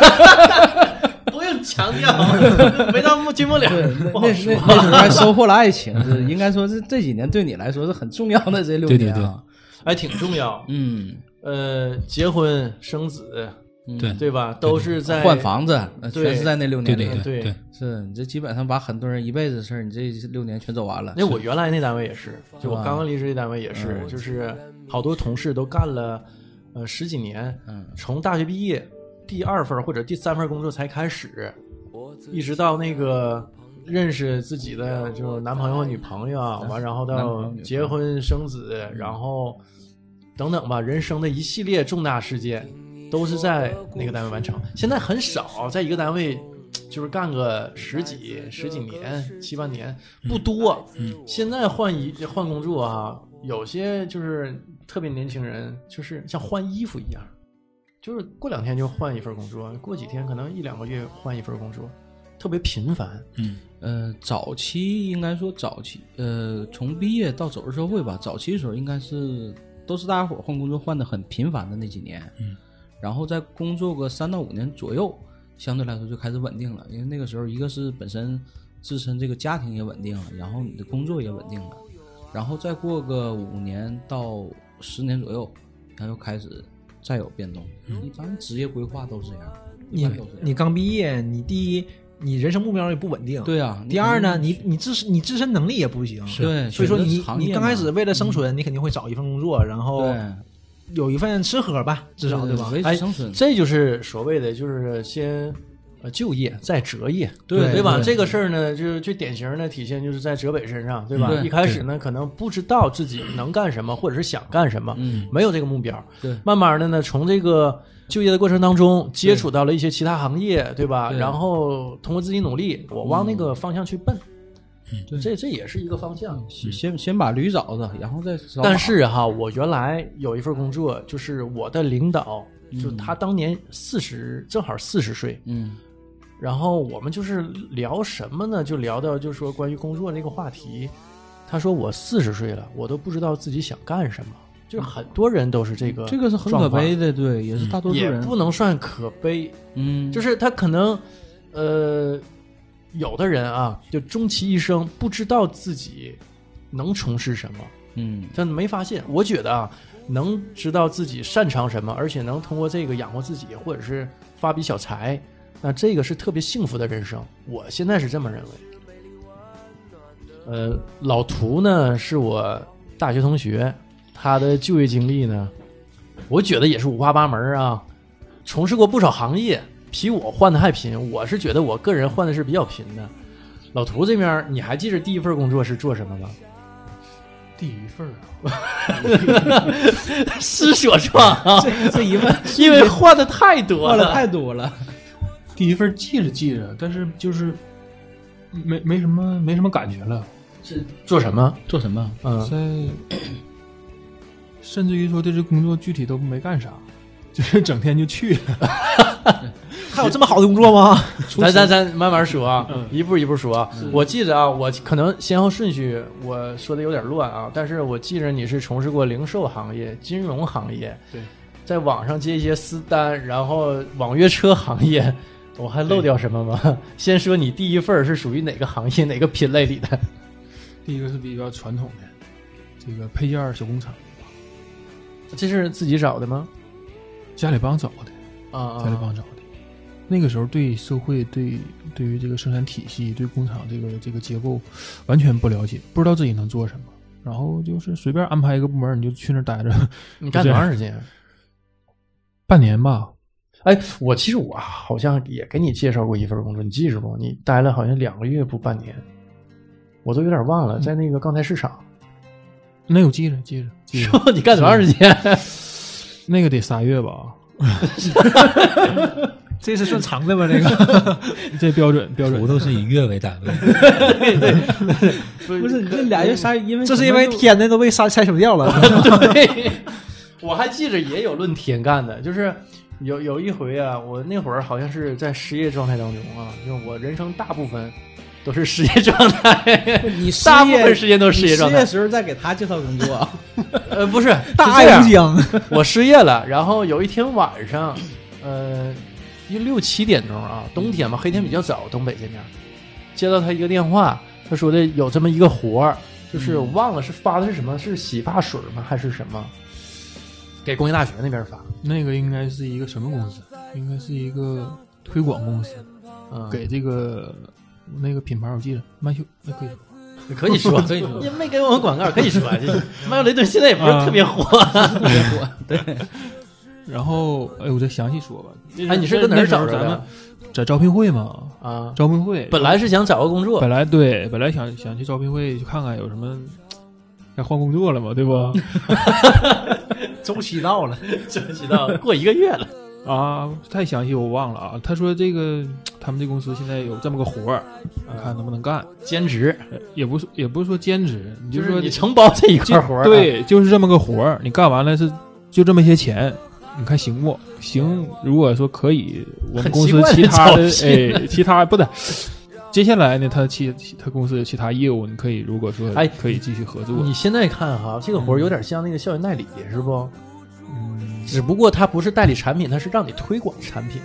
S2: 不用强调， 没到目金末了。
S5: 那那那那时候还收获了爱情，这应该说是 这几年对你来说是很重要的这六
S3: 对对
S5: 年
S3: 对
S5: 啊。
S2: 还哎挺重要。
S5: 嗯，
S2: 呃，结婚生子，
S5: 嗯
S3: 对
S2: 对吧？都是在
S5: 换。房子，呃
S2: 对
S5: 全是在那六
S3: 对
S5: 年里。
S3: 对
S2: 对
S3: 对对，
S5: 是你这基本上把很多人一辈子的事儿，你这六年全走完了。
S2: 那我原来那单位也是，就我
S5: 是吧嗯
S2: 刚刚离职那单位也是，就是好多同事都干了呃十几年，
S5: 嗯
S2: 从大学毕业第二份或者第三份工作才开始，一直到那个认识自己的就是男朋友、女朋友啊，完然后
S5: 男朋友
S2: 到
S5: 女朋友嗯
S2: 结婚生子，然后等等吧，人生的一系列重大事件都是在那个单位完成。现在很少在一个单位。就是干个十几十几年、七八年不多。
S3: 嗯
S2: 现在换一换工作啊，有些就是特别年轻人，就是像换衣服一样，就是过两天就换一份工作，过几天可能一两个月换一份工作，特别频繁。
S3: 嗯
S5: 呃，早期应该说早期，呃，从毕业到走入社会吧，早期的时候应该是都是大家伙儿换工作换的很频繁的那几年，
S3: 嗯，
S5: 然后在工作个三到五年左右，相对来说就开始稳定了，因为那个时候一个是本身自身这个家庭也稳定了，然后你的工作也稳定了，然后再过个五年到十年左右，它又开始再有变动，
S4: 嗯
S5: 一般职业规划都是这样，一
S4: 你
S5: 般都是这样
S4: 你刚毕业，你第一，你人生目标也不稳定。。
S5: 对啊，你
S4: 第二呢，
S5: 肯定
S4: 你你自身你自身能力也不行，
S3: 是
S5: 对，
S4: 所以说
S5: 选择
S4: 你
S5: 行
S4: 你
S5: 业
S4: 刚
S5: 嘛嗯
S4: 开始为了生存，你肯定会找一份工作，然后
S5: 对。
S4: 有一份吃喝吧，至少对吧？
S5: 维
S2: 哎
S5: 持生存，
S2: 这就是所谓的，就是先呃就业再择业，
S5: 对
S2: 对吧？
S5: 对
S2: 这个事儿呢，就是最典型的体现就是在哲北身上，对吧？
S5: 嗯对
S2: 一开始呢，可能不知道自己能干什么，或者是想干什么，
S5: 嗯
S2: 没有这个目标。
S5: 对
S2: 慢慢的呢，从这个就业的过程当中，接触到了一些其他行业，对嗯吧？
S5: 对
S2: 然后通过自己努力，我往那个方向去奔，这这也是一个方向。
S5: 先先把驴找着，然后再找马
S2: 但是哈，我原来有一份工作，就是我的领导，就他当年四十，正好四十岁，
S5: 嗯
S2: 然后我们就是聊什么呢？就聊到就说关于工作这个话题。他说我四十岁了，我都不知道自己想干什么。就是很多人都是这个，
S5: 这个是很可悲，的，对，也是大多数
S2: 也
S5: 人，
S2: 不能算可悲，
S5: 嗯，
S2: 就是是他可能，呃，有的人啊，就终其一生不知道自己能从事什么，
S5: 嗯
S2: 他没发现。我觉得啊，能知道自己擅长什么，而且能通过这个养活自己，或者是发笔小财，那这个是特别幸福的人生。我现在是这么认为。呃，老涂呢是我大学同学，他的就业经历呢，我觉得也是五花八门儿啊，从事过不少行业，比我换的还频。我是觉得我个人换的是比较频的。老涂这边儿，你还记着第一份工作是做什么吗？
S5: 第一份啊，
S2: 是所创啊，
S5: 这一份
S2: 因为换的太多
S5: 换了
S2: 了。
S5: 太多了。
S6: 第一份记着记着，但是就是没没什么没什么感觉了。
S2: 做什么？
S5: 做什么？
S2: 嗯，
S6: 在甚至于说对这工作具体都没干啥， 就是整天就去了。
S4: 还有这么好的工作 吗？
S2: 咱咱咱慢慢说啊
S6: 嗯，
S2: 一步一步说啊。我记着啊，我可能先后顺序我说的有点乱啊，但是我记着你是从事过零售行业、金融行业，
S6: 对，
S2: 在网上接一些私单，然后网约车行业， 我还漏掉什么吗？先说你第一份儿是属于哪个行业、哪个品类里的？
S6: 第一个是比较传统的这个配件儿小工厂，
S2: 这是自己找的吗？
S6: 家里帮找的。
S2: 啊，
S6: 家里帮找的。那个时候对社会、对对于这个生产体系、对工厂这个这个结构完全不了解，不知道自己能做什么。然后就是随便安排一个部门，你就去那儿待着
S2: 你干多长时间？啊
S6: 半年吧。
S2: 哎，我其实我好像也给你介绍过一份工作，你记着不？你待了好像两个月不半年，我都有点忘了，在那个钢材市场，
S6: 嗯那我记着记着记着，
S2: 你干多长时间？
S6: 那个得仨月吧，
S4: 这是算长的吗？这个
S6: 这标准标
S3: 图
S6: 准。
S3: 都是以月为单位，
S5: 不是这俩月仨，因为
S4: 这是因为天的都被筛筛选掉了。
S2: 对， 我还记着也有论天干的，就是有有一回啊，我那会儿好像是在失业状态当中啊，就是我人生大部分都是失业状态，
S5: 你失
S2: 大部
S5: 业
S2: 分时间都是失业状态。
S5: 时候再给他介绍工作，
S2: 呃，不是，
S4: 大啊
S2: 是这
S4: 爱
S2: 样
S4: 无疆，
S2: 我失业了，然后有一天晚上，呃，一六七点钟啊，冬天嘛，黑天比较早，东北这边接到他一个电话，他说的有这么一个活儿，就是我忘了是发的是什么，是洗发水吗还是什么？给工业大学那边发，
S6: 那个应该是一个什么公司？应该是一个推广公司，
S2: 嗯，
S6: 给这个那个品牌，我记着曼秀，那可以说
S2: 可以 说，可以说，嗯也没给我们广告，可以说，啊 这麦克雷顿现在也不是特别火。
S6: 然后哎，我再详细说吧。
S2: 哎，你是跟哪
S6: 那
S2: 儿
S6: 时候
S2: 找着
S6: 咱们
S2: 的
S6: 在招聘会嘛，
S2: 啊？
S6: 招聘会
S2: 本来是想找个工作
S6: 本，来对，本来想想去招聘会去看看有什么，该换工作了嘛，对不？
S2: 嗯
S4: 周期到了，
S2: 真知道过一个月了。
S6: 啊，太详细我忘了啊。他说这个他们这公司现在有这么个活儿，啊看能不能干，
S2: 兼职
S6: 也不是也不是说兼职，你
S2: 就是
S6: 说
S2: 你承包这一
S6: 就
S2: 块活儿，，啊
S6: 对，就是这么个活儿，你干完了是就这么些钱。你看行不行？如果说可以，我们
S2: 很
S6: 公
S2: 奇
S6: 司
S2: 怪
S6: 其
S2: 的
S6: 他的
S2: 找戏
S6: 哎，其他不是，接下来呢，他其他公司有其他业务，你可以如果说
S2: 哎
S6: 可以继续合作，
S2: 你现在看哈，这个活儿有点像那个校园代理，是不？
S6: 嗯
S2: 只不过它不是代理产品，它是让你推广产品，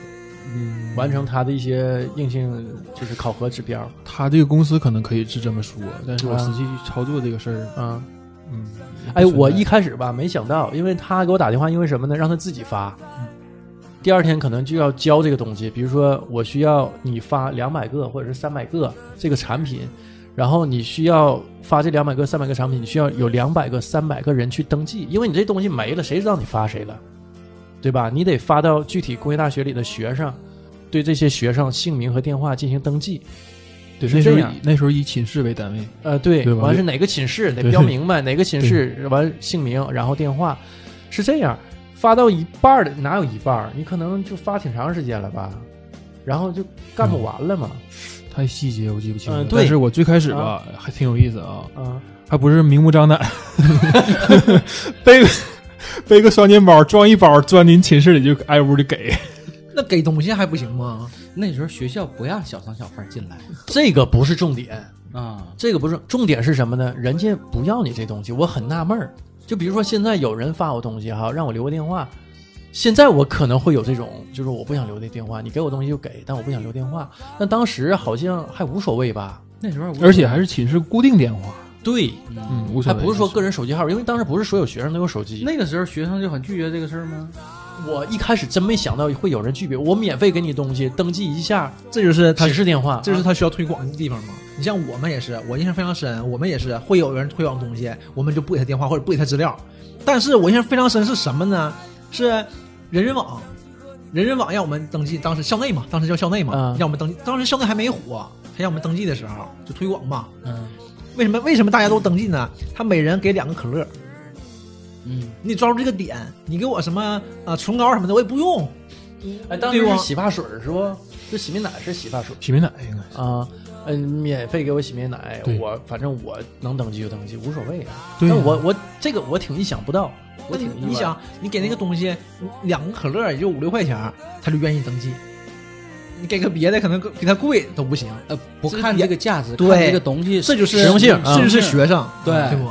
S6: 嗯
S2: 完成它的一些硬性就是考核指标。
S6: 他这个公司可能可以是这么说，但是我
S2: 啊
S6: 实际去操作这个事儿，
S2: 嗯，
S6: 嗯，
S2: 哎，
S6: 不存在
S2: 我一开始吧没想到，因为他给我打电话，因为什么呢？让他自己发。第二天可能就要交这个东西，比如说我需要你发两百个或者是三百个这个产品，然后你需要发这两百个、三百个产品，你需要有两百个、三百个人去登记，因为你这东西没了，谁知道你发谁了，对吧？你得发到具体工业大学里的学生，对这些学生姓名和电话进行登记。
S6: 对
S2: 是
S6: 那时候
S2: 这样
S6: 以那时候以寝室为单位，
S2: 呃，对，
S6: 对吧
S2: 完是哪个寝室得
S6: 对
S2: 标明 白哪个寝室，完姓名，然后电话，是这样。发到一半儿的哪有一半儿？你可能就发挺长时间了吧，然后就干不完了嘛。
S6: 太细节我记不清了。
S2: 嗯对
S6: 但是我最开始吧、还挺有意思啊，
S2: 啊，
S6: 还不是明目张胆， 背个背个双肩包，装一包钻进寝室里就挨屋里给。
S4: 那给东西还不行吗？
S5: 那时候学校不让小商小贩进来
S2: 这个不是重点，
S5: 啊，
S2: 这个不是重点是什么呢？人家不要你这东西，我很纳闷儿。就比如说现在有人发我东西哈，让我留个电话，现在我可能会有这种，就是我不想留这电话，你给我东西就给，但我不想留电话。但当时好像还无所谓吧？
S5: 那时候我
S6: 而且还是寝室固定电话，
S2: 对，
S6: 嗯，无所
S2: 还
S6: 谓。
S2: 不是说个人手机号，因为当时不是所有学生都有手机。
S5: 那个时候学生就很拒绝这个事儿吗？
S2: 我一开始真没想到会有人拒绝，我免费给你东西，登记一下，
S4: 这就是他
S2: 指示电话，啊
S4: 这是他需要推广的地方吗？你像我们也是，我印象非常深，我们也是会有人推广东西，我们就不给他电话或者不给他资料。但是我印象非常深是什么呢？是人人网，人人网让我们登记，当时校内嘛，当时叫校内嘛，
S2: 嗯
S4: 让我们登记。当时校内还没火，他让我们登记的时候就推广嘛。
S5: 嗯
S4: 为什么为什么大家都登记呢？他每人给两个可乐，
S5: 嗯，
S4: 呃你得抓住这个点，你给我什么啊、唇膏什么的我也不用，
S2: 哎，当
S4: 对
S2: 时
S4: 不
S2: 是洗发水儿是不？是洗面奶是洗发水
S6: 洗面奶应该是
S2: 啊？嗯，免费给我洗面奶
S6: 对，
S2: 我反正我能登记就登记，无所谓啊。
S6: 对啊
S2: 但我我这个我挺意想不到，我
S4: 那你
S2: 挺意外
S4: 你想，你给那个东西你两个可乐也就五六块钱儿，他就愿意登记。你给个别的可能比它贵都不行，
S5: 呃，不看这个价值，
S4: 对
S5: 看这个东西，
S4: 这就是
S2: 实用性啊
S4: 这就是学生，
S5: 对
S4: 对不？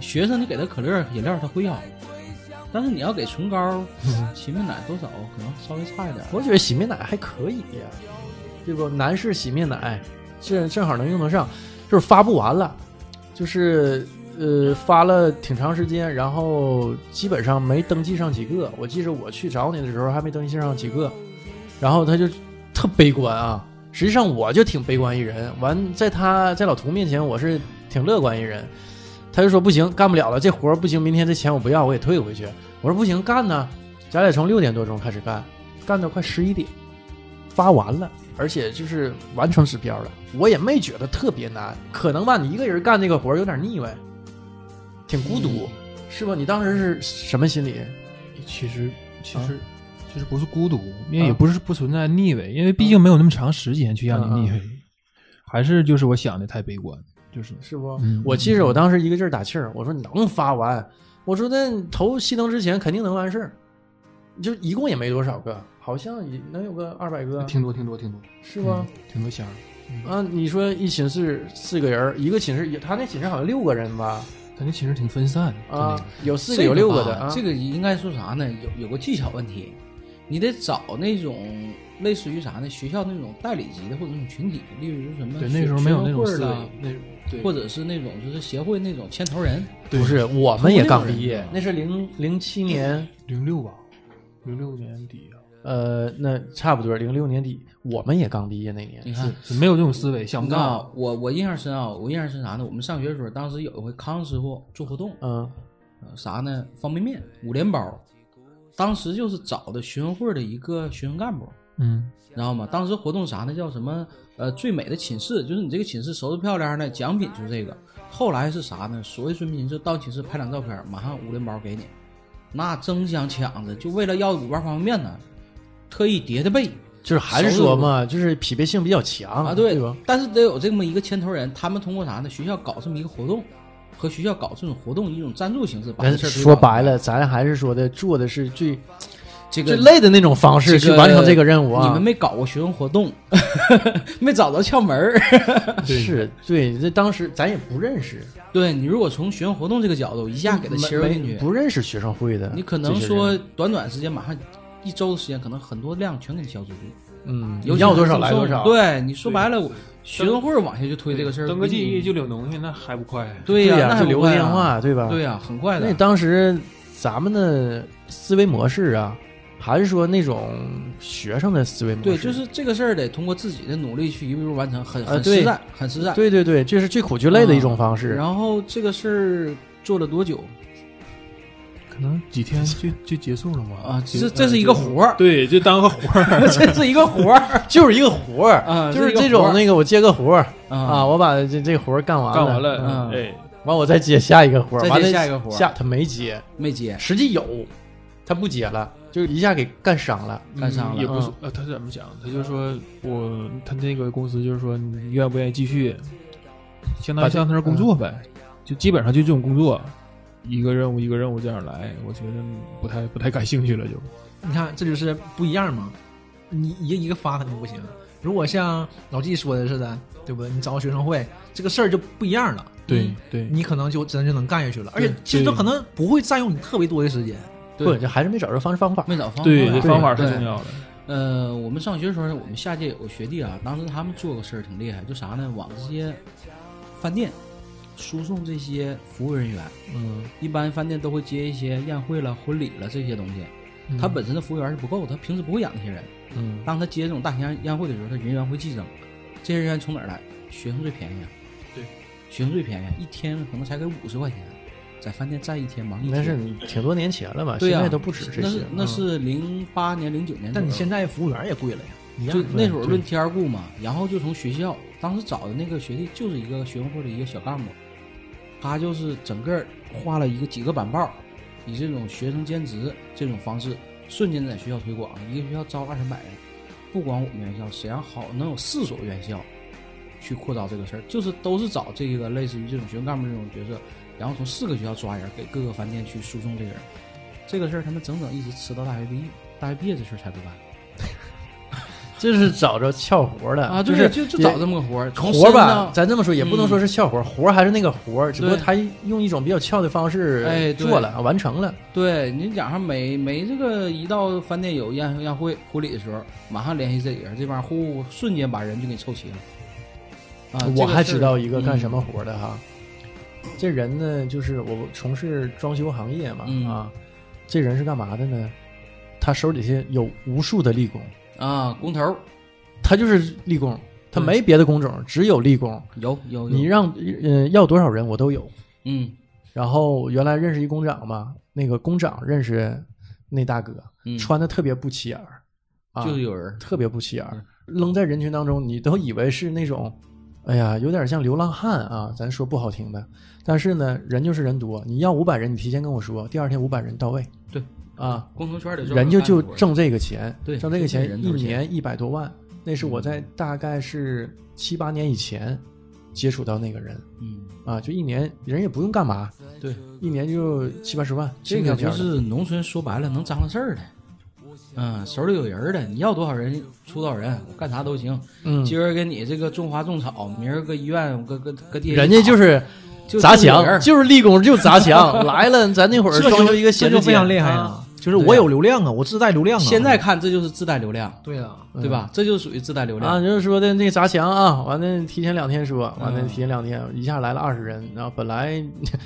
S5: 学生，你给他可乐、饮料，他会要。但是你要给唇膏、 洗面奶多少，可能稍微差一点。
S2: 我觉得洗面奶还可以，对不？男士洗面奶这正好能用得上，就是发不完了，就是呃发了挺长时间，然后基本上没登记上几个。我记着我去找你的时候还没登记上几个，然后他就特悲观啊。实际上我就挺悲观一人，完在他在老涂面前我是挺乐观一人，他就说不行，干不了了，这活儿不行，明天这钱我不要，我给退回去。我说不行，干呢。咱俩从六点多钟开始干，干到快十一点，发完了，而且就是完成指标了。我也没觉得特别难，可能吧，你一个人干这个活儿有点腻歪，挺孤独，是吧？你当时是什么心理？
S6: 其实其
S2: 啊
S6: 实、其实不是孤独，因为
S2: 啊
S6: 也不是不存在逆位，因为毕竟没有那么长时间去让你逆位，还是就是我想的太悲观，就是
S2: 是不？
S6: 嗯
S2: 我记着我当时一个劲儿打气儿，我说能发完，我说那你投熄灯之前肯定能完事儿，就一共也没多少个，好像也能有个二百个，
S6: 呃挺多挺多挺多嗯
S2: 是吧？
S6: 挺多箱儿，嗯
S2: 啊，你说一寝室四个人儿，一个寝室也，他那寝室好像六个人吧？
S6: 他那其实挺分散的
S2: 啊，，有四
S5: 这
S2: 个有六个的
S5: 吧
S2: 啊。
S5: 这个应该说啥呢？有有个技巧问题，你得找那种类似于啥呢？学校那种代理级的或者那种群体，例如什么
S6: 对，
S5: 学
S6: 那时候没有那种
S5: 学
S6: 思
S5: 生
S6: 维
S5: 会儿啦，
S6: 那时候对
S5: 或者是那种就是协会那种牵头人。
S6: 对
S2: 不是，我们也刚毕
S5: 同龄
S2: 业
S5: 人，
S2: 那是零零七年，
S6: 啊零六吧，零六年底啊，
S2: 呃，那差不多零六年底，我们也刚毕业那
S5: 你
S2: 年。
S5: 看，
S6: 是没有这种思维，想
S5: 你
S6: 不
S5: 看
S6: 到
S5: 啊，我我印象深啊，我印象深啥呢？我们上学的时候，当时有一回康师傅做活动，
S2: 嗯
S5: 呃啥呢？方便面五连包，当时就是找的学生会的一个学生干部，
S6: 嗯，
S5: 知道吗？当时活动啥呢？叫什么？呃，最美的寝室，就是你这个寝室收拾漂亮的，奖品就是这个。后来是啥呢？所有村民就到寝室拍张照片，马上五连包给你，那争相抢着，就为了要五包方便面呢，特意叠的被
S2: 就是还是说嘛，就是匹配性比较强
S5: 啊，
S2: 对
S5: 对
S2: 吧？
S5: 但是得有这么一个牵头人，他们通过啥呢？学校搞这么一个活动，和学校搞这种活动一种赞助形式，把这
S2: 咱
S5: 事儿推
S2: 说
S5: 广
S2: 白了，咱还是说的做的是最
S5: 这
S2: 最
S5: 个
S2: 累的那种方式哦去完成这个任务
S5: 你
S2: 啊
S5: 们。没搞过学生活动， 没找着窍门儿。
S2: 是对，这当时咱也不认识，
S5: 对你如果从学生活动这个角度一下给它切入
S2: 没
S5: 进去，
S2: 不认识学生会的，
S5: 你可能说短短时间，马上一周的时间，可能很多量全给你消除掉。
S2: 嗯，
S5: 尤
S2: 你
S5: 其
S2: 要多
S5: 是
S2: 少来多
S5: 赠送
S2: 少，
S5: 对，你说白了，我学生会往下就推这个事儿，
S6: 登个
S5: 比你
S6: 记就领东西，那还不快？
S5: 对
S2: 对
S5: 呀、
S2: 呀，
S5: 那
S2: 就
S5: 很
S2: 留个
S5: 快
S2: 电
S5: 啊，
S2: 话，对吧？
S5: 对呀、很快的。
S2: 那当时咱们的思维模式啊，还是说那种学生的思维模式？
S5: 对，就是这个事儿得通过自己的努力去一步一步完成，很
S2: 啊
S5: 很
S2: 对
S5: 实在，很实在。嗯
S2: 对对对，这是最苦最累的一种方式。
S5: 然后这个事儿做了多久
S6: 可能几天 就就结束了嘛
S5: 啊？这这是一个
S2: 呃
S5: 活儿，
S6: 对，就当个活儿，
S5: 这是一个活儿
S2: 就是一个活儿，
S5: 啊，
S2: 就是
S5: 一个
S2: 这
S5: 活
S2: 种
S5: 儿
S2: 那个我接个活儿啊，
S5: 啊
S2: 我把这这活儿干完了，
S6: 干完了，
S5: 嗯
S6: 哎，
S2: 完我再接下一个活儿，
S5: 再接
S2: 完了
S5: 下一个活儿
S2: 下他没接，
S5: 没接，
S2: 实际有，他不接了，就一下给干伤了。嗯
S5: 干伤了嗯
S6: 也不是呃，他怎么讲？他就说我他那个公司就是说你愿不愿意继续，相当
S2: 把
S6: 于
S2: 这
S6: 像他那儿工作呗，就基本上就这种工作，一个任务一个任务这样来，我觉得不太不太感兴趣了就。
S4: 你看，这就是不一样嘛。你一个一个发肯定不行。如果像老纪说的似的，对不对？你找个学生会，这个事儿就不一样了。
S6: 对对，
S4: 你可能就真就能干下去了，而且
S6: 对
S4: 其实都
S6: 对
S4: 可能不会占用你特别多的时间。
S5: 对
S2: 不，这还是没找着方式方法。
S5: 没找方法。
S6: 对这
S5: 对
S6: 方法太
S5: 嗯对
S6: 重要了。
S5: 呃，我们上学的时候，我们下届有个学弟啊，当时他们做个事儿挺厉害，就啥呢？往这些饭店输送这些服务人员。
S2: 嗯，
S5: 一般饭店都会接一些宴会了、婚礼了这些东西。
S6: 嗯
S5: 他本身的服务员是不够，他平时不会养这些人。
S2: 嗯，
S5: 当他接这种大型宴宴会的时候，他人员会激增。这些人员从哪儿来？学生最便宜啊。
S6: 对，
S5: 学生最便宜，一天可能才给五十块钱，在饭店站一天忙一
S2: 那
S5: 天。
S2: 是挺多年前了吧？
S5: 嗯对呀、啊
S2: 现在都不止这些。
S5: 那是那
S2: 嗯
S5: 是零八年、零九年左
S4: 但
S5: 右。
S4: 你现在服务员也贵了呀，
S2: 嗯
S4: 一样
S5: 就
S4: 的。
S5: 那会儿论天儿雇嘛，然后就从学校当时找的那个学弟就是一个学生会的一个小干部，他就是整个画了一个几个板报，以这种学生兼职这种方式瞬间在学校推广，一个学校招二三百人，不光我们院校，沈阳好能有四所院校去扩招这个事儿，就是都是找这个类似于这种学生干部这种角色，然后从四个学校抓人，给各个饭店去输送这个人，这个事儿他们整整一直吃到大学毕业，大学毕业这事儿才不干
S2: 这是找着窍活的
S5: 啊，
S2: 呃就
S5: 对
S2: 是
S5: 就就
S2: 也
S5: 找这么个活儿，从
S2: 活儿
S5: 身上
S2: 吧，咱这么说也不能
S5: 嗯
S2: 说是窍活儿，活儿还是那个活儿，只不过
S5: 对
S2: 他用一种比较窍的方
S5: 哎
S2: 式
S5: 对
S2: 做了，啊完成了。
S5: 对你讲上每每这个一到饭店有宴宴会婚礼的时候，马上联系这几个人，这帮人呼瞬间把人就给你凑齐了。啊，这
S2: 我
S5: 个
S2: 还
S5: 事
S2: 知
S5: 儿
S2: 道一个干什
S5: 嗯
S2: 么活儿的哈，这人呢，就是我从事装修行业嘛
S5: 嗯
S2: 啊，这人是干嘛的呢？他手底下有无数的力工，
S5: 啊，工头儿
S2: 他就是力工，他
S5: 对
S2: 没别的工
S5: 嗯
S2: 种，只有力工。
S5: 有有有，
S2: 你让嗯、要多少人我都有。
S5: 嗯
S2: 然后原来认识一工长嘛，那个工长认识那大哥，
S5: 嗯
S2: 穿的特别不起眼儿，啊，
S5: 就是有人儿
S2: 特别不起眼儿
S5: 嗯，
S2: 扔在人群当中，你都以为是那种，哎呀，有点像流浪汉啊，咱说不好听的。但是呢，人就是人多，你要五百人，你提前跟我说，第二天五百人到位。
S5: 对，
S2: 啊，
S5: 工头圈儿里
S2: 人家
S5: 家
S2: 就挣这个钱，
S5: 对
S2: 挣这个
S5: 就
S2: 钱
S5: 是嗯
S2: 一
S5: 人头钱
S2: 年一百多万，那是我在大概是七八年以前接触到那个人
S5: 嗯，
S2: 啊，就一年人也不用干嘛，
S5: 对，
S2: 一年就七八十万，
S5: 这
S2: 轻飘
S5: 个
S2: 飘
S5: 就
S2: 的
S5: 是农村说白了能张罗事儿的，嗯，手里有人儿的，你要多少人出多少人，我干啥都行。
S2: 嗯，
S5: 今儿给你这个种花种草，明儿搁医院，搁搁搁地下
S2: 人
S5: 一
S2: 家
S5: 躺
S2: 就是
S5: 就
S2: 砸
S5: 就有人
S2: 墙，
S5: 儿
S2: 就是立功就砸墙。来了，咱那会儿
S4: 这
S2: 装
S4: 就
S2: 修一个
S4: 这
S2: 闲
S4: 就
S2: 置
S4: 非
S2: 间
S4: 常厉害啊！就是我有流量啊，我自带流量啊。
S5: 现在看这就是自带流量，
S4: 对啊，
S5: 对吧？这就属于自带流量
S2: 啊，就是说的那砸墙啊，完了提前两天说，完了
S5: 嗯
S2: 提前两天一下来了二十人，然后本来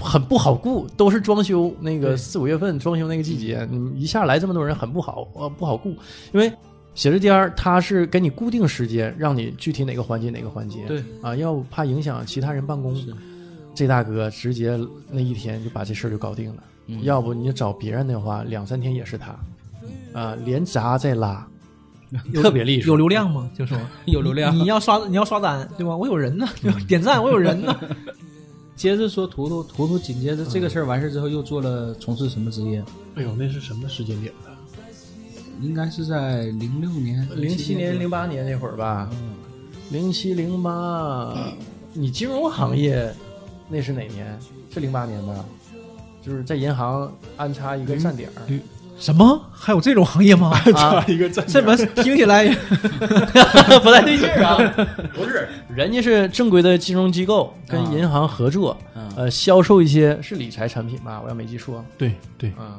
S2: 很不好顾，都是装修那个四五月份装修那个季节，
S5: 嗯
S2: 你一下来这么多人很不好呃不好顾，因为写字间儿它是给你固定时间，让你具体哪个环节哪个环节，
S5: 对
S2: 啊，要不怕影响其他人办公。这大哥直接那一天就把这事儿就搞定了，
S5: 嗯
S2: 要不你就找别人的话，两三天也是他，啊、连砸再拉，特别利索，
S4: 有流量吗？就说
S5: 有流量。嗯
S4: 你要刷你要刷单对吧？我有人呢，对吧？点赞我有人呢。
S5: 接着说图图，图图紧接着这个事儿完事之后，又做了从事什么职业？
S6: 哎呦，那是什么时间点呢？
S5: 应该是在零六年、
S2: 零七年、零八年那会儿吧，零七零八，你金融行业那是哪年？是零八年吧？就是在银行安插一个站点儿，
S4: 什么？还有这种行业吗？
S2: 啊， 一个站
S4: 这门 听起来
S2: 不太对劲儿 啊！不是，人家是正规的金融机构跟
S5: 啊
S2: 银行合作，
S5: 嗯
S2: 呃，销售一些是理财产品吧？我要没记错，
S6: 对对，
S2: 啊，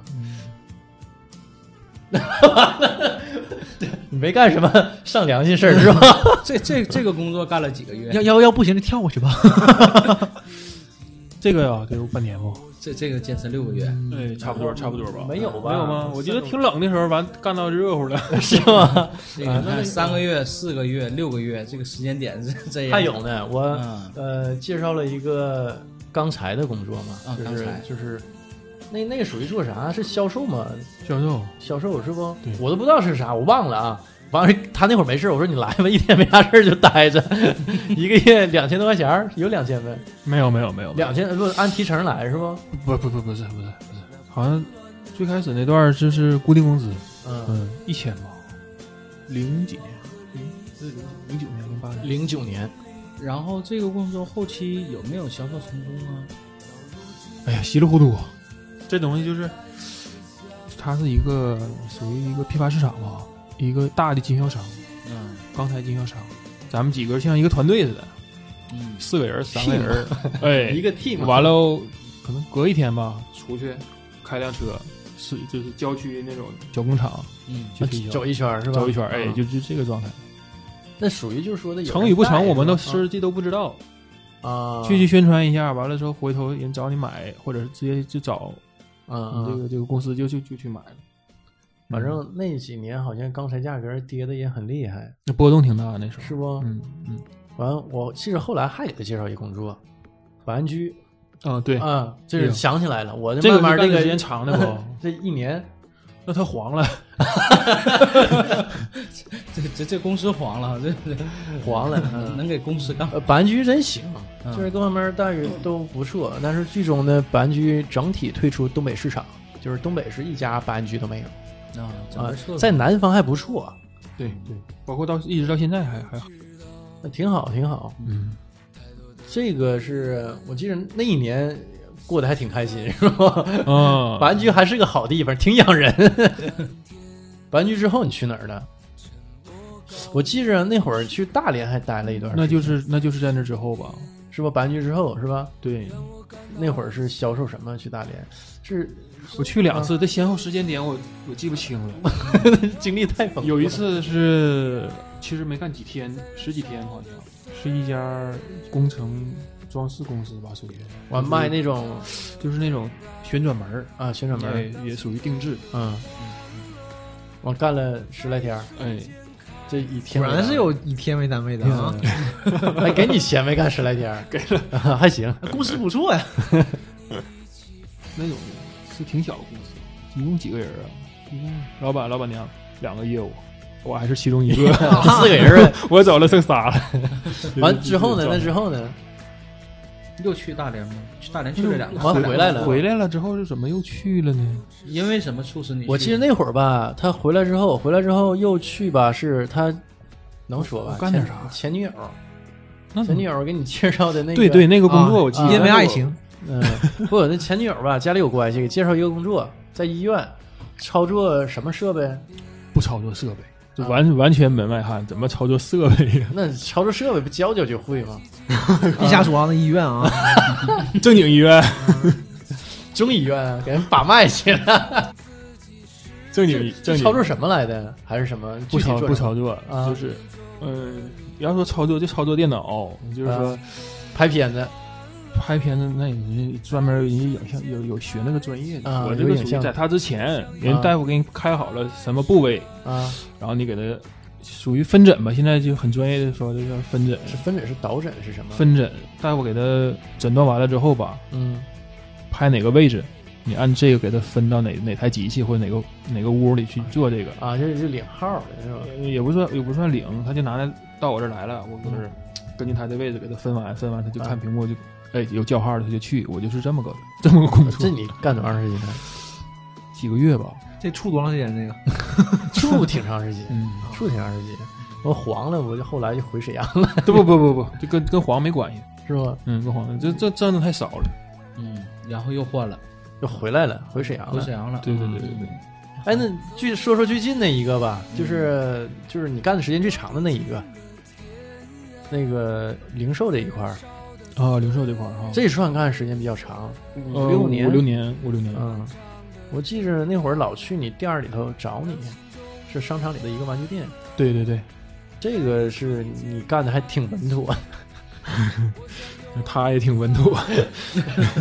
S2: 你没干什么 上良心事儿是吧？
S5: 这这这个工作干了几个月？
S4: 要要要不行就跳过去吧。
S6: 这个呀得有半年吧？哦
S5: 这这个坚持六个月，
S6: 哎，差不多，差不多吧
S2: 没有吧？
S6: 没有吗？我记得挺冷的时候，完干到热乎了。
S2: 是吗？
S5: 这啊个你看三个月、四个月、六个月，这个时间点是 这样。
S2: 还有呢，我、
S5: 嗯
S2: 呃介绍了一个钢材的工作嘛，
S5: 啊
S2: 就
S5: 钢
S2: 是
S5: 材
S2: 就是那那个属于做啥？是销售吗？
S6: 销售，
S2: 销售是不
S6: 对？
S2: 我都不知道是啥，我忘了啊。完了，他那会儿没事儿，我说你来吧，一天没啥事儿就待着， 一个月两千多块钱儿，有两千呗，
S6: 没有没有没有，
S2: 两千呃不按提成来是不？
S6: 不不不不是不是不是，好像最开始那段儿就是固定工资，
S2: 嗯，
S6: 嗯，一千吧，零几年，零是零零九年零八年，
S2: 零九年，
S5: 然后这个工作后期有没有销售成功啊？
S6: 哎呀，稀里糊涂，这东西就是，它是一个属于一个批发市场吧，一个大的经销商，
S5: 嗯
S6: 钢材经销商，咱们几个像一个团队似的，
S5: 嗯，
S6: 四个人三个人儿， 哎，
S2: 一个 team
S6: 完喽，可能隔一天吧，出去开辆车，是就是郊区那种小工厂，
S5: 嗯
S6: 就是啊一
S2: 走一圈儿是吧？
S6: 走一圈儿，哎，
S2: 嗯
S6: 就就这个状态。
S2: 那属于就是说的有人
S6: 成与不
S2: 带
S6: 成，
S2: 是
S6: 我们
S2: 吧
S6: 都实际都不知道。
S2: 啊，
S6: 去去宣传一下，完了之后回头人找你买，或者是直接就找
S2: 啊
S6: 你
S2: 啊
S6: 这，个这个公司就就就去买了。
S2: 反正那几年好像钢材价格跌的也很厉害，
S6: 那波动挺大的那时候。
S2: 是不？
S6: 嗯嗯
S2: 完，我记着后来还有个介绍一工作，保安局
S6: 啊，对，
S2: 啊，这
S6: 哎
S2: 是
S6: 呦
S2: 想起来了，我
S6: 这个
S2: 慢慢
S6: 干
S2: 这
S6: 的
S2: 个
S6: 时间长的不？
S2: 这一年
S6: 那他黄了，
S5: 这这这公司黄了，这这
S2: 黄 了。嗯
S5: 能给公司干。
S2: 呃，保安局真行，
S5: 嗯
S2: 就是各方面待遇都不错。但是剧中呢，保安局整体退出东北市场，就是东北是一家保安局都没有。
S5: 啊，整
S2: 啊
S5: 个策，略
S2: 在南方还不错，
S6: 对对，包括到一直到现在还还好
S2: 那挺好，挺好。
S6: 嗯，
S2: 这个是我记得那一年过得还挺开心，是吧？
S6: 啊
S2: 白云居还是个好地方，挺养人。 白云居之后你去哪儿了？我记着那会儿去大连还待了一段时间，
S6: 那就是那就是在那之后吧。
S2: 是吧？白云居之后是吧？
S6: 对，
S2: 那会儿是销售什么去大连，是
S6: 我去两次，这先后时间点我我记不清了。
S2: 经历太丰富了。
S6: 有一次是其实没干几天，十几天好像是一家工程装饰公司吧，属于
S2: 我卖那种
S6: 就是那种旋转门儿，
S2: 啊旋转门儿，
S6: 哎也也属于定制，
S2: 嗯，我干了十来 天儿，
S6: 哎，
S2: 这一天
S4: 果
S2: 为单
S4: 然是有以天为单位的啊，
S2: 还哎给你钱没干十来天儿，给了 还 行。
S4: 公司不错呀。
S6: 那种是挺小的公司，一共几个人啊？一共老板、老板娘两个业务，我还是其中一个，
S2: 四个人儿呗，
S6: 我走了剩仨 了。
S2: 完之后呢？那之后呢？
S5: 又去大连吗？去大连去了两个，
S2: 完回来了
S6: 回来了之后是怎么又去了呢？
S5: 因为什么促使你去？
S2: 我记得那会儿吧，他回来之后，回来之后又去吧，是他能说吧？
S6: 我干点啥
S2: 前前女友，
S6: 那
S2: 前女友给你介绍的那个，
S6: 对对，，那个工作我记
S2: 啊
S6: 得
S4: 因为爱情，
S2: 嗯，不，那前女友吧，家里有关系，给介绍一个工作，在医院操作什么设备？
S6: 不操作设备，就完完全门外汉，怎么操作设备 呀？
S2: 那操作设备不教教就会吗？
S4: 别瞎说啊，那医院啊，
S6: 正经医院，
S2: 中医院啊给人把脉去 了，
S6: 正经正经
S2: 操作什么来的？还是什么？
S6: 不
S2: 具体
S6: 操
S2: 做
S6: 不
S2: 什么
S6: 操作，
S2: 啊
S6: 就是嗯，要说操作就操作电脑，就是说。
S2: 啊拍片子
S6: 拍片子，那人家专门有人家影像有有学那个专业的，
S2: 啊
S6: 我这
S2: 有
S6: 个
S2: 影
S6: 属于
S2: 像
S6: 在他之前，人
S2: 啊
S6: 家大夫给你开好了什么部位，
S2: 啊，
S6: 然后你给他属于分诊吧，现在就很专业的说这叫分诊，
S2: 是分诊是导诊是什么？
S6: 分诊，大夫给他诊断完了之后吧，
S2: 嗯
S6: 拍哪个位置，你按这个给他分到哪哪台机器或者哪个哪个屋里去做这个，
S2: 啊，这是领号的是吧？
S6: 也不算也不算领，他就拿来到我这儿来了，我就是根据他的位置给他分完，分完他就看屏幕就。哎，有叫号的他就去，我就是这么个 这么个工作
S2: 这，你干多长时间？啊
S6: 几个月吧，
S4: 这处多长时间？这个
S2: 处挺长时间，
S6: 嗯，
S2: 处挺长时间。我黄了，我就后来就回沈阳了，
S6: 对 不不不不，这跟跟黄没关系，
S2: 是吗？
S6: 嗯，跟黄这这挣的太少了，
S5: 嗯，然后又换了，
S2: 就回来了，回沈阳
S5: 回
S2: 了
S5: 沈。阳了。
S6: 对对对对对，
S2: 哎，那最说说最近那一个吧，就是就是你干的时间最长的那一个，那个零售这一块儿，
S6: 啊，零售这块儿哈，
S2: 这算干的时间比较长，
S6: 呃
S2: 五六年，
S6: 五六年啊五六年，
S2: 嗯，我记着那会儿老去你店儿里头找你，是商场里的一个玩具店。
S6: 对对对，
S2: 这个是你干的还挺稳妥，
S6: 他也挺稳妥。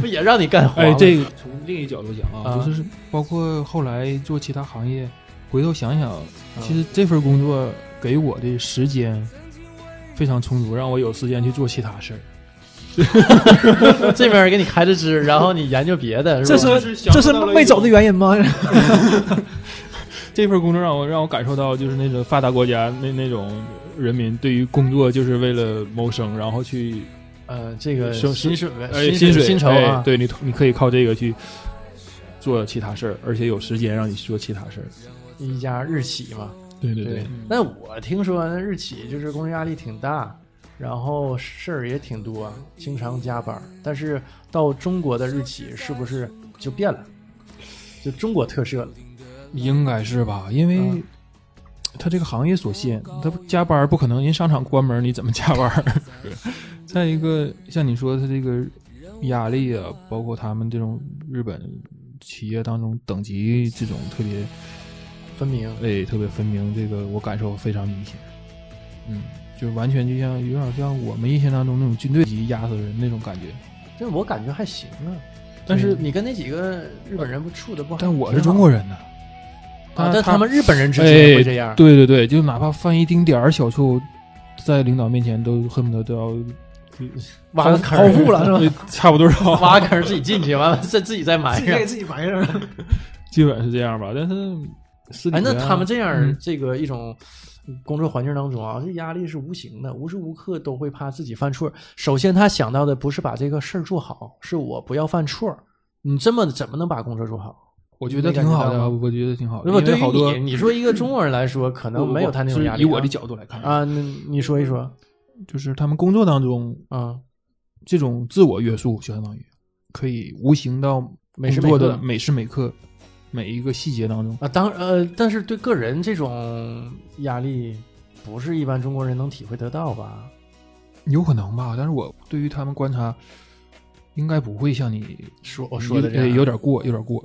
S2: 不也让你干黄了？
S6: 哎，这个从另一角度讲啊，
S2: 啊
S6: 就是包括后来做其他行业，回头想想，其实这份工作给我的时间非常充足，让我有时间去做其他事儿。
S2: 这边给你开着支，然后你研究别的，
S4: 这
S2: 吧？
S4: 是这是没走的原因吗？
S6: 这份工作让我让我感受到，就是那种发达国家那那种人民对于工作就是为了谋生，然后去
S2: 呃，这个
S6: 生
S2: 薪水呗、
S6: 哎
S2: 薪
S6: 水
S2: 薪酬
S6: 哎
S2: 啊，，
S6: 对你你可以靠这个去做其他事儿，而且有时间让你去做其他事儿。
S2: 一家日企嘛。
S6: 对对
S2: 对，那我听说那日企就是工作压力挺大，然后事儿也挺多，经常加班。但是到中国的日企是不是就变了？就中国特色了
S6: 应该是吧？因
S2: 嗯
S6: 为他这个行业所限，他不加班儿不可能，人商场关门儿，你怎么加班儿？再一 个，像你说他这个压力啊，包括他们这种日本企业当中等级这种特别
S2: 分明。
S6: 哎特别分明，这个我感受非常明显。嗯，就完全就像有点像我们印象当中那种军队级压死人那种感觉。
S2: 这我感觉还行啊，
S6: 但是
S2: 你跟那几个日本人不处的不好，
S6: 但我是中国人呐、
S2: 啊，哎但
S6: 他
S2: 他们日本人之间会这样，
S6: 对对对，就哪怕犯一丁点儿小错，在领导面前都恨不得都要
S2: 挖个坑
S6: 掏
S2: 儿
S6: 户了，是吧？差不多是 吧？
S2: 挖个坑儿自己进去，完了再自己再埋
S4: 自己
S2: 上
S4: 给。自己埋上 了。
S6: 基本是这样吧。但是私底
S2: 哎，
S6: 下
S2: 那他们这样
S6: 啊嗯
S2: 这个一种工作环境当中啊，这压力是无形的，无时无刻都会怕自己犯错。首先，他想到的不是把这个事儿做好，是我不要犯错。你这么怎么能把工作做好？
S6: 我觉得挺好的，
S2: 没
S6: 我觉得挺好的。
S2: 如果
S6: 因为
S2: 对于
S6: 好多
S2: 你，你说一个中国人来说，可能没有他那种
S6: 是
S2: 压力啊。
S6: 以我的角度来看，
S2: 啊，你你说一说
S6: 就是他们工作当中
S2: 啊，
S6: 这种自我约束，就相当于可以无形到
S2: 每时
S6: 工作
S2: 每刻
S6: 的每时每刻、每一个细节当中。
S2: 啊，当呃，但是对个人这种压力，不是一般中国人能体会得到吧？
S6: 有可能吧，但是我对于他们观察，应该不会像你
S2: 说我说的这
S6: 有呃
S2: 样，啊
S6: 有点过，有点过。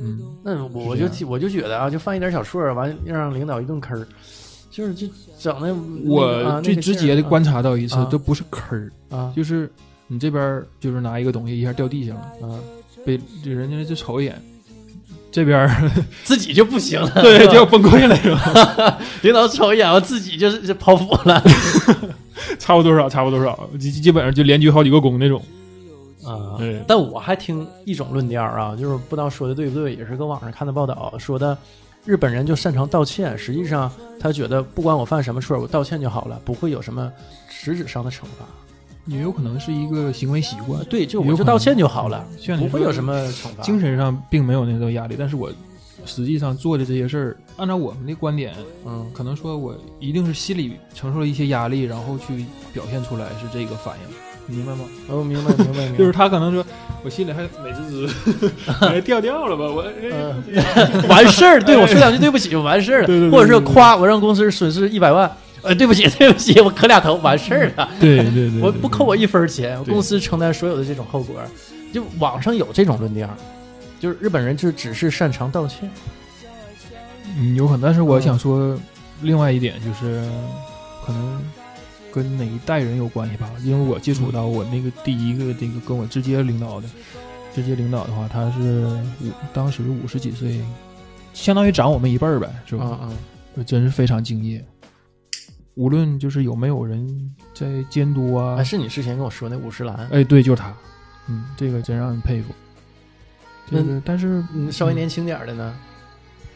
S6: 嗯，
S2: 那我我
S6: 是这
S2: 就
S6: 样
S2: 替我就觉得啊，就犯一点小错儿，完让领导一顿坑儿，就是就整的
S6: 我最直接的观察到一次
S2: 啊，
S6: 都不是坑儿，
S2: 啊
S6: 就是你这边儿就是拿一个东西一下掉地下了，
S2: 啊，
S6: 被就人家就瞅一眼，这边 儿
S2: 自己就不行了，
S6: 对
S2: 是
S6: 就
S2: 吧
S6: 要崩溃了，是吧？
S2: 领导瞅一眼，我自己就是就剖腹了
S6: 差不多少，差不多少，基基本上就连鞠好几个躬那种。
S2: 啊
S6: 对
S2: 但我还听一种论调啊，就是不知道说的对不对，也是搁网上看的报道说的，日本人就擅长道歉，实际上他觉得不管我犯什么错，我道歉就好了，不会有什么实质上的惩罚。
S6: 也有可能是一个行为习惯，
S2: 对，就我
S6: 有可
S2: 就
S6: 能
S2: 道歉就好了，
S6: 像
S2: 嗯不
S6: 你
S2: 会
S6: 说
S2: 有什么惩罚。
S6: 精神上并没有那种压力，但是我实际上做的这些事儿，按照我们的观点，
S2: 嗯
S6: 可能说我一定是心里承受了一些压力，然后去表现出来是这个反应，你明白吗？
S2: 哦，明白明白 明白，
S6: 就是他可能说，我心里还美 滋滋，哎掉掉了吧，我哎
S2: 嗯 完事儿，对我说两句对不起就完事儿了，
S6: 对对对
S2: 或者是
S6: 对对
S2: 夸我让公司损失一百万，呃，对不起 对不起，我磕俩头完事儿了，
S6: 对 对对，
S2: 我不扣我一分钱，
S6: 对
S2: 公司承担所有的这种后果。就网上有这种论调，就是日本人就只是擅长道歉，
S6: 嗯，有可能。但是我想说，另外一点就是，可能跟哪一代人有关系吧。因为我接触到我那个第一个这个跟我直接领导的，直接领导的话，他是五当时五十几岁，相当于长我们一辈儿呗，是吧？
S2: 嗯嗯
S6: 真是非常敬业。无论就是有没有人在监督啊
S2: 还，哎是你之前跟我说那五十岚，
S6: 哎，对，就是他，嗯，这个真让人佩服。这个，但是嗯
S2: 嗯，稍微年轻点儿的呢，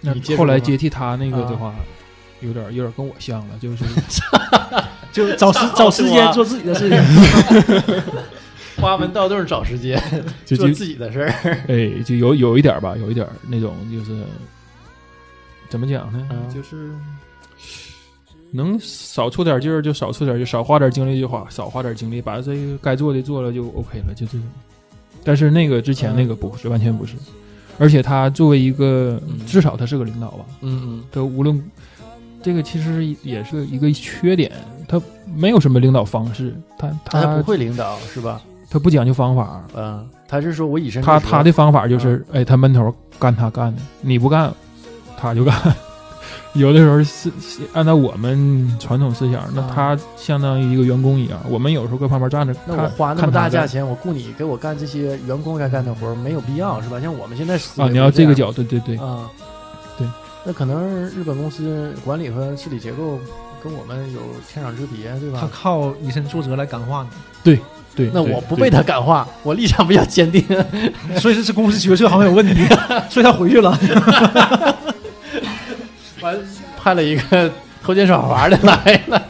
S6: 那
S2: 你接触
S6: 后来
S2: 过吗
S6: 接替他那个
S2: 啊
S6: 的话，有点有点跟我像了， 就是
S4: 就找
S2: 啊
S4: 时找时间做自己的事情。
S2: 花门道洞找时间
S6: 就
S2: 做
S6: 就
S2: 自己的事儿，
S6: 哎，就有有一点吧，有一点那种就是怎么讲呢？
S2: 嗯
S6: 就是能少出点劲儿就少出点劲儿，少花点精力就花少花点精力，把这个该做的做了就 OK 了，就这种。但是那个之前
S2: 嗯
S6: 那个不是，完全不是。而且他作为一个，
S2: 嗯
S6: 至少他是个领导吧，
S2: 嗯
S6: 他无论这个其实也是一个缺点，他没有什么领导方式，他
S2: 他还
S6: 他
S2: 哎不会领导是吧？
S6: 他不讲究方法，
S2: 嗯，他是说我以身
S6: 他
S2: 作则
S6: 他的方法就是，哎，他闷头干他干的，你不干，他就干。 有的时候是是按照我们传统思想，那
S2: 啊
S6: 他相当于一个员工一样。我们有时候搁旁边站着，
S2: 那
S6: 他
S2: 我花那
S6: 看
S2: 么
S6: 他
S2: 大价
S6: 干
S2: 钱，我雇你给我干这些员工该干的活儿，没有必要是吧？像我们现在思维
S6: 啊，你要
S2: 就
S6: 这个
S2: 样
S6: 角度，对对对，
S2: 啊，
S6: 对，
S2: 那可能日本公司管理和治理结构跟我们有天壤之别，对
S4: 他
S2: 吧？
S4: 靠以身作则来感化
S6: 对
S2: 那
S6: 对
S2: 我不
S6: 对
S2: 被他感化，我立场比较坚定。
S4: 你， 所以这是公司决策好像有问 题，所以他回去了。
S2: 完，派了一个偷奸耍滑的来了，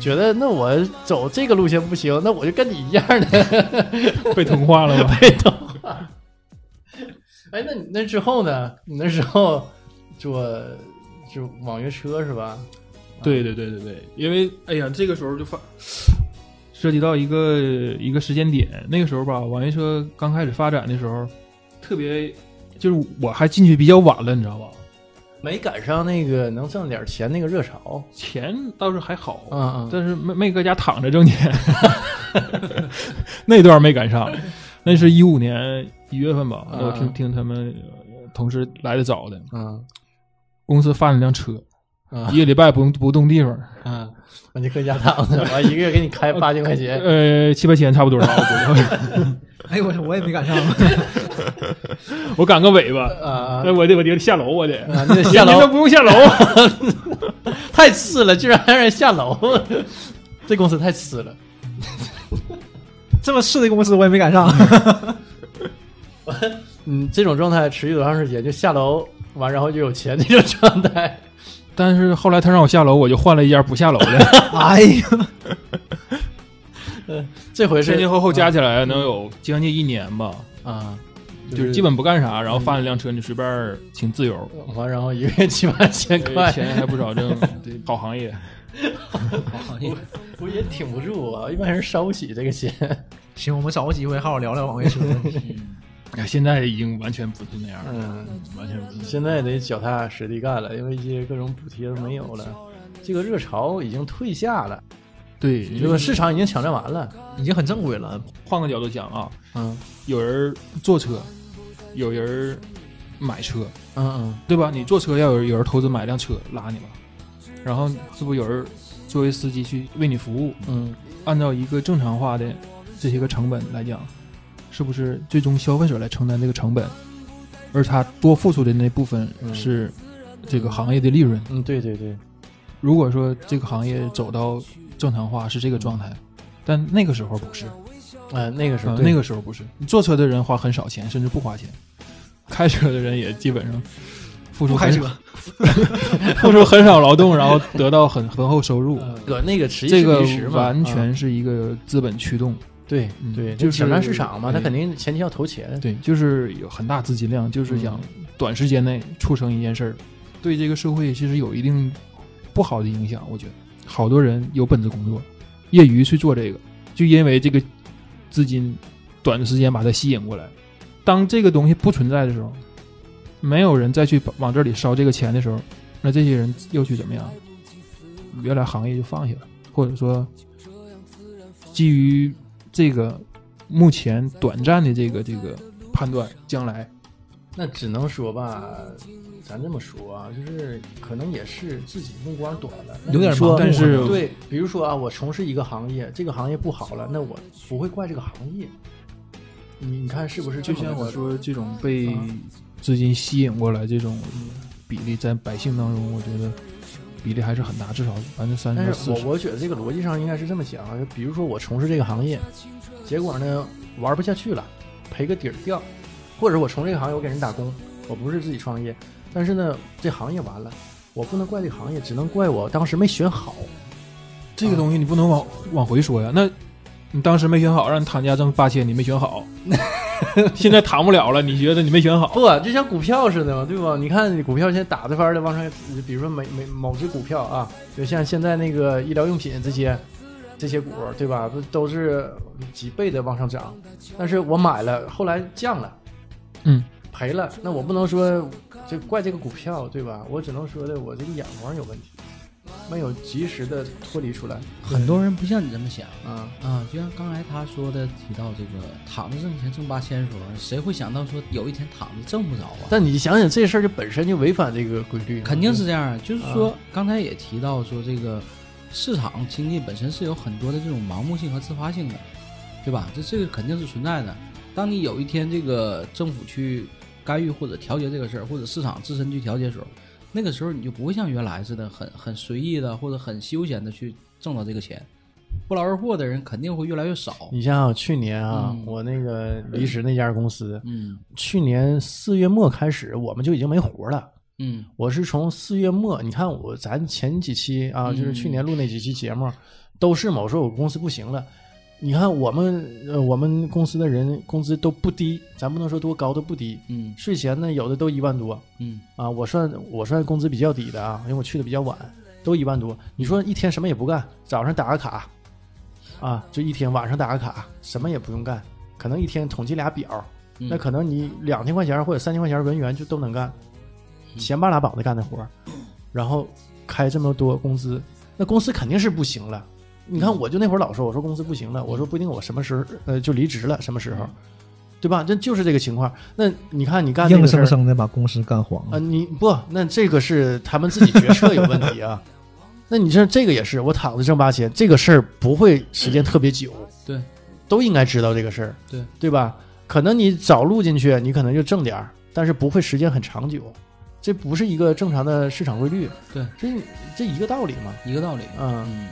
S2: 觉得那我走这个路线不行，那我就跟你一样的
S6: 被同化了 吗？啊
S2: 被同化。哎，那你那之后呢？你那时候坐就网约车是吧？
S6: 对对对对对，因为哎呀，这个时候就发涉及到一个一个时间点，那个时候吧，网约车刚开始发展的时候，特别就是我还进去比较晚了，你知道吧？
S2: 没赶上那个能挣点钱那个热潮。
S6: 钱倒是还好，啊
S2: 嗯嗯，
S6: 但是没没搁家躺着挣钱，那段没赶上，那是一五年一月份吧，
S2: 啊
S6: 我听听他们呃同事来的早的，
S2: 嗯
S6: 公司发了辆车，
S2: 啊
S6: 一个礼拜不用不动地方，
S2: 嗯，哦我就搁家躺着， 完一个月给你开八千块钱。
S6: 呃，七八千差不多了，我估计
S4: 哎呦我我也没赶上，
S6: 我赶个尾巴，
S2: 啊啊
S6: 那！我得我得下楼，我得
S2: 啊那得下楼
S6: 人家都不用下楼，啊
S2: 太次了，居然还让人下楼，这公司太次了。
S4: 这么次的公司我也没赶上。
S2: 嗯，这种状态持续多长时间？就下楼完，然后就有钱这种状态。
S6: 但是后来他让我下楼，我就换了一家不下楼的，
S4: 哎呀，
S2: 这回
S6: 前
S2: 是嗯
S6: 前后后加起来能有将近一年吧，
S2: 啊，
S6: 就是基本不干啥，然后发了辆车你随便儿挺自由，
S2: 完，然后一个月七八千块，
S6: 钱还不少 挣，这好行业。
S2: 我也挺不住啊，一般人烧不起这个钱。
S4: 行，我们找个机会好好聊聊网 约车。
S6: 哎，现在已经完全不是那样了，
S2: 嗯，
S6: 完全不是。
S2: 现在得脚踏实地干了，因为一些各种补贴都没有了，这个热潮已经退下了，
S6: 对，
S2: 这个市场已经抢占完了。
S4: 已经很正规了，
S6: 换个角度讲啊，
S2: 嗯
S6: 有人坐车，有人买车，
S2: 嗯
S6: 对吧？你坐车要有有人投资买辆车拉你吧，然后是不是有人作为司机去为你服务？
S2: 嗯嗯，
S6: 按照一个正常化的这些个成本来讲，是不是最终消费者来承担这个成本，而他多付出的那部分
S2: 嗯
S6: 是这个行业的利润？
S2: 嗯，对对对，
S6: 如果说这个行业走到正常化是这个状态，但那个时候不是，
S2: 呃，那个时候
S6: 啊，
S2: 对
S6: 那个时候不是，坐车的人花很少钱，甚至不花钱，开车的人也基本上付出
S4: 不开
S6: 很
S4: 车，
S6: 付出很少劳动，然后得到很 很厚收入。
S2: 呃那个持
S6: 这个
S2: 其实嘛
S6: 完
S2: 啊
S6: 全是一个资本驱动，
S2: 对
S6: 嗯
S2: 对，
S6: 就是
S2: 抢占市场嘛，他
S6: 对
S2: 肯定前期要投钱。
S6: 对，就是有很大资金量，就是想短时间内促成一件事儿，对这个社会其实有一定不好的影响。我觉得好多人有本职工作，业余去做这个，就因为这个资金短的时间把它吸引过来。当这个东西不存在的时候，没有人再去往这里烧这个钱的时候，那这些人又去怎么样？原来行业就放下了，或者说基于这个目前短暂的这个这个判断，将来
S2: 那只能说吧，咱这么说啊，就是可能也是自己目光短了，那
S4: 有点
S2: 你说
S4: 盲目
S6: 但是
S4: 可能
S2: 对，比如说啊，我从事一个行业，这个行业不好了，那我不会怪这个行业。你你看是不是这
S6: 就
S2: 么回事？
S6: 像我说，这种被
S2: 嗯
S6: 资金吸引过来这种比例，在百姓当中，我觉得比例还是很大，至少百分之三十到
S2: 但是
S6: 四
S2: 我
S6: 十。
S2: 我觉得这个逻辑上应该是这么讲啊，就比如说我从事这个行业，结果呢玩不下去了，赔个底儿掉，或者我从这个行业我给人打工，我不是自己创业，但是呢这行业完了，我不能怪这个行业，只能怪我当时没选好。
S6: 这个东西你不能往往回说呀。那你当时没选好，让你躺家挣八千，你没 选好，现在躺不了了，你觉得你没选好？
S2: 不，就像股票似的嘛，对吧？你看股票现在打着翻的往上，比如说每每某只股票啊，就像现在那个医疗用品这些这些股，对吧？不都是几倍的往上涨？但是我买了，后来降了，
S6: 嗯，
S2: 赔了，那我不能说这怪这个股票，对吧？我只能说的我这个眼光有问题，没有及时的脱离出来
S5: 很多人不像你这么想
S2: 啊。
S5: 啊，就像刚才他说的，提到这个躺着挣钱挣八千的时候，谁会想到说有一天躺着挣不着啊？
S2: 但你想想这事儿就本身就违反这个规律嘛，
S5: 肯定是这样啊，就是说刚才也提到说这个市场经济本身是有很多的这种盲目性和自发性的，对吧？这这个肯定是存在的。当你有一天这个政府去干预或者调节这个事儿，或者市场自身去调节的时候，那个时候你就不会像原来似的很很随意的或者很休闲的去挣到这个钱，不劳而获的人肯定会越来越少。
S2: 你像我去年啊，
S5: 嗯
S2: 我那个离职那家公司，
S5: 嗯
S2: 去年四月末开始，我们就已经没活了。
S5: 嗯
S2: 我是从四月末，你看我咱前几期啊，
S5: 嗯
S2: 就是去年录那几期节目，都是某说我公司不行了。你看我们呃，我们公司的人工资都不低，咱不能说多高，都不低。
S5: 嗯
S2: 税前呢，有的都一万多
S5: 嗯
S2: 啊，我算我算工资比较低的啊，因为我去的比较晚，都一万多。你说一天什么也不干，早上打个卡，啊，就一天晚上打个卡，什么也不用干，可能一天统计俩表，
S5: 嗯，
S2: 那可能你两千块钱或者三千块钱文员就都能干，闲巴拉膀的干的活儿，然后开这么多工资，那公司肯定是不行了。你看，我就那会儿老说，我说公司不行了，我说不一定我什么时候呃就离职了，什么时候，对吧？这就是这个情况。那你看你干这
S4: 硬
S2: 个事
S4: 生
S2: 儿
S4: 生的把公司干黄
S2: 啊，你不，那这个是他们自己决策有问题啊。 那你这这个也是，我躺着挣八千，这个事儿不会时间特别久，
S5: 对，
S2: 都应该知道这个事儿，
S5: 对
S2: 对吧？可能你早录进去，你可能就挣点儿，但是不会时间很长久，这不是一个正常的市场规律，
S5: 对，
S2: 这这一个道理嘛，
S5: 一个道理。
S2: 嗯，
S5: 嗯，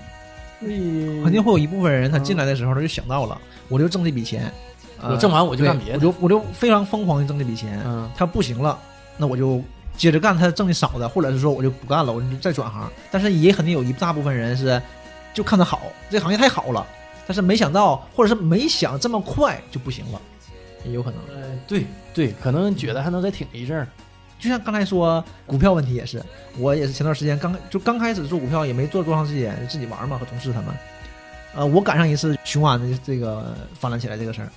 S2: 所以
S4: 嗯肯定会有一部分人，他进来的时候他就想到了，我就挣这笔钱，
S5: 呃
S2: 我挣完我
S4: 我
S2: 就干别
S4: 我
S2: 的，
S4: 就我就非常疯狂的挣这笔钱。
S2: 嗯，
S4: 他不行了，那我就接着干他挣的少的，或者是说我就不干了，我就再转行。但是也肯定有一大部分人是就看他好，这行业太好了，但是没想到或者是没想这么快就不行了，也有可能。
S5: 哎
S2: 呃，对对，可能觉得还能再挺一阵儿。
S4: 就像刚才说股票问题也是，我也是前段时间刚就刚开始做股票，也没做多长时间，自己玩嘛，和同事他们。呃，我赶上一次雄安的这个翻了起来这个事儿。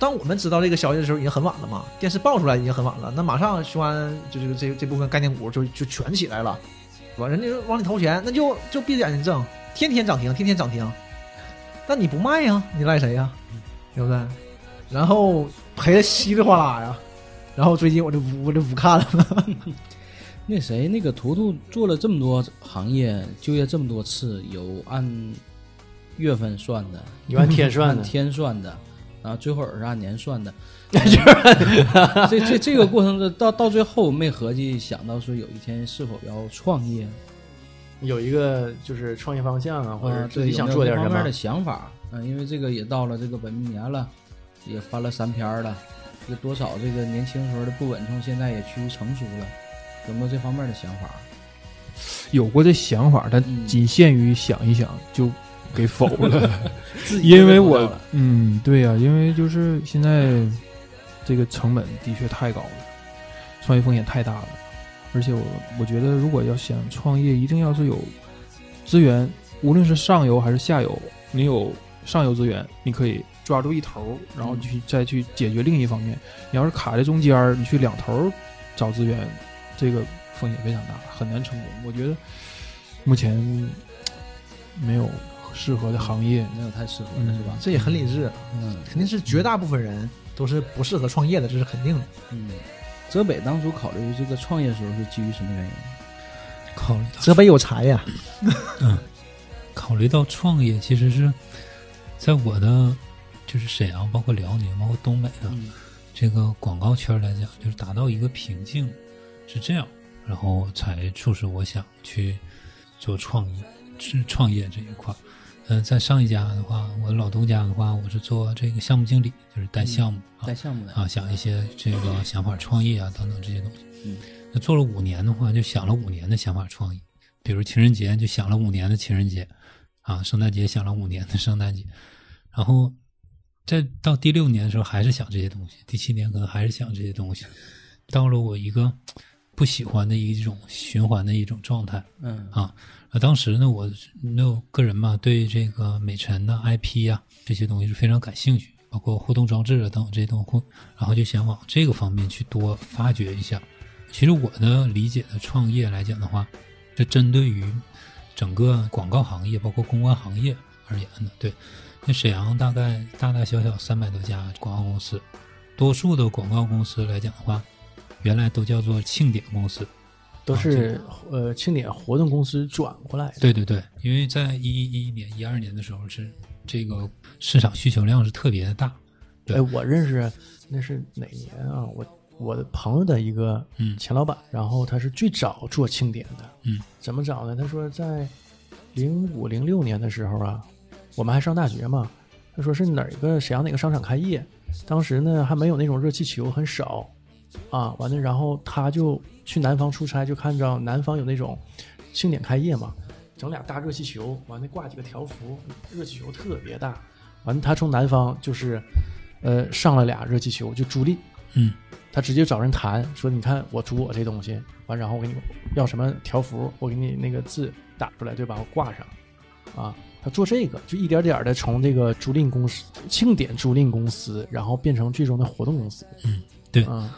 S4: 当我们知道这个消息的时候，已经很晚了嘛，电视爆出来已经很晚了。那马上雄安就这个这这部分概念股就就全起来了，是吧？人家就往里投钱，那就就闭着眼睛挣，天天涨停，天天涨停。但你不卖呀，你赖谁呀？对不对？然后赔的稀里哗啦呀。然后最近我就不我就不看了。
S5: 那谁，那个图图做了这么多行业，就业这么多次，有按月份算的，
S2: 一 万天算
S5: 按
S2: 的，
S5: 天算的，啊，最后是按年 算的。这这这个过程中，到到最后没合计想到说有一天是否要创业，
S2: 有一个就是创业方向啊，或者
S5: 啊，
S2: 自
S5: 对，
S2: 己想做点
S5: 有没有
S2: 什
S5: 这方面
S2: 么
S5: 的。想法。嗯，因为这个也到了这个本命年了，也翻了三篇儿了，这多少这个年轻时候的不稳重，现在也趋于成熟了，有没有这方面的想法？
S6: 有过这想法，但
S5: 嗯
S6: 仅限于想一想就给否 了。
S5: 自己
S6: 因为
S5: 都不知道
S6: 我
S5: 了
S6: 嗯，对呀、因为就是现在这个成本的确太高了，创业风险太大了，而且我我觉得如果要想创业，一定要是有资源，无论是上游啊还是下游，你有上游资源，你可以抓住一头，然后去再去解决另一方面。你要是卡在中间儿，你去两头找资源，这个风险非常大，很难成功。我觉得目前没有适合的行业。
S5: 没有太适合的
S6: 嗯
S5: 是吧？
S4: 这也很理智，
S5: 嗯
S4: 肯定是绝大部分人都是不适合创业的，这是肯定的。
S5: 嗯，泽北当初考虑这个创业时候是基于什么原因？
S3: 考虑到
S4: 泽北有才 呀，
S3: 考虑到创业，其实是在我的就是沈阳，包括辽宁，包括东北啊，
S5: 嗯
S3: 这个广告圈来讲，就是达到一个瓶颈，是这样，然后才促使我想去做创业，是创业这一块儿。嗯、在上一家的话，我老东家的话，我是做这个项目经理，就是带项目、啊
S5: 带，项目的，
S3: 啊，想一些这个想法创业啊等等这些东西。
S5: 嗯，
S3: 那做了五年的话，就想了五年的想法创意，比如情人节就想了五年的情人节，啊，圣诞节想了五年的圣诞节，然后再到第六年的时候还是想这些东西，第七年可能还是想这些东西，到了我一个不喜欢的一种循环的一种状态，
S5: 嗯
S3: 啊，呃，当时呢，我那我个人嘛，对这个美辰的 IP 呀、这些东西是非常感兴趣，包括互动装置啊等等这些东西，然后就想往这个方面去多发掘一下。其实我的理解的创业来讲的话，是针对于整个广告行业，包括公关行业而言的。对，那沈阳大概大大小小三百多家广告公司，多数的广告公司来讲的话，原来都叫做庆典公司，啊
S2: 都是呃庆典活动公司转过来的。
S3: 对对对，因为在一一年、一二年的时候是这个市场需求量是特别的大，对
S2: 哎，我认识那是哪年啊？我我的朋友的一个
S3: 嗯
S2: 前老板，然后他是最早做庆典的。
S3: 嗯，
S2: 怎么找呢？他说在零五零六年的时候啊，我们还上大学嘛。他说是哪儿个沈阳哪个商场开业，当时呢还没有那种热气球，很少啊。完了，然后他就去南方出差，就看着南方有那种庆典开业嘛，整俩大热气球，完了挂几个条幅，热气球特别大。完了，他从南方就是呃，上了俩热气球就租赁，
S3: 嗯，
S2: 他直接找人谈，说你看我租我这东西，完然后我给你要什么条幅，我给你那个字打出来，对吧？我挂上，啊，他做这个就一点点的从这个租赁公司庆典租赁公司，然后变成最终的活动公司，
S3: 嗯，对
S2: 嗯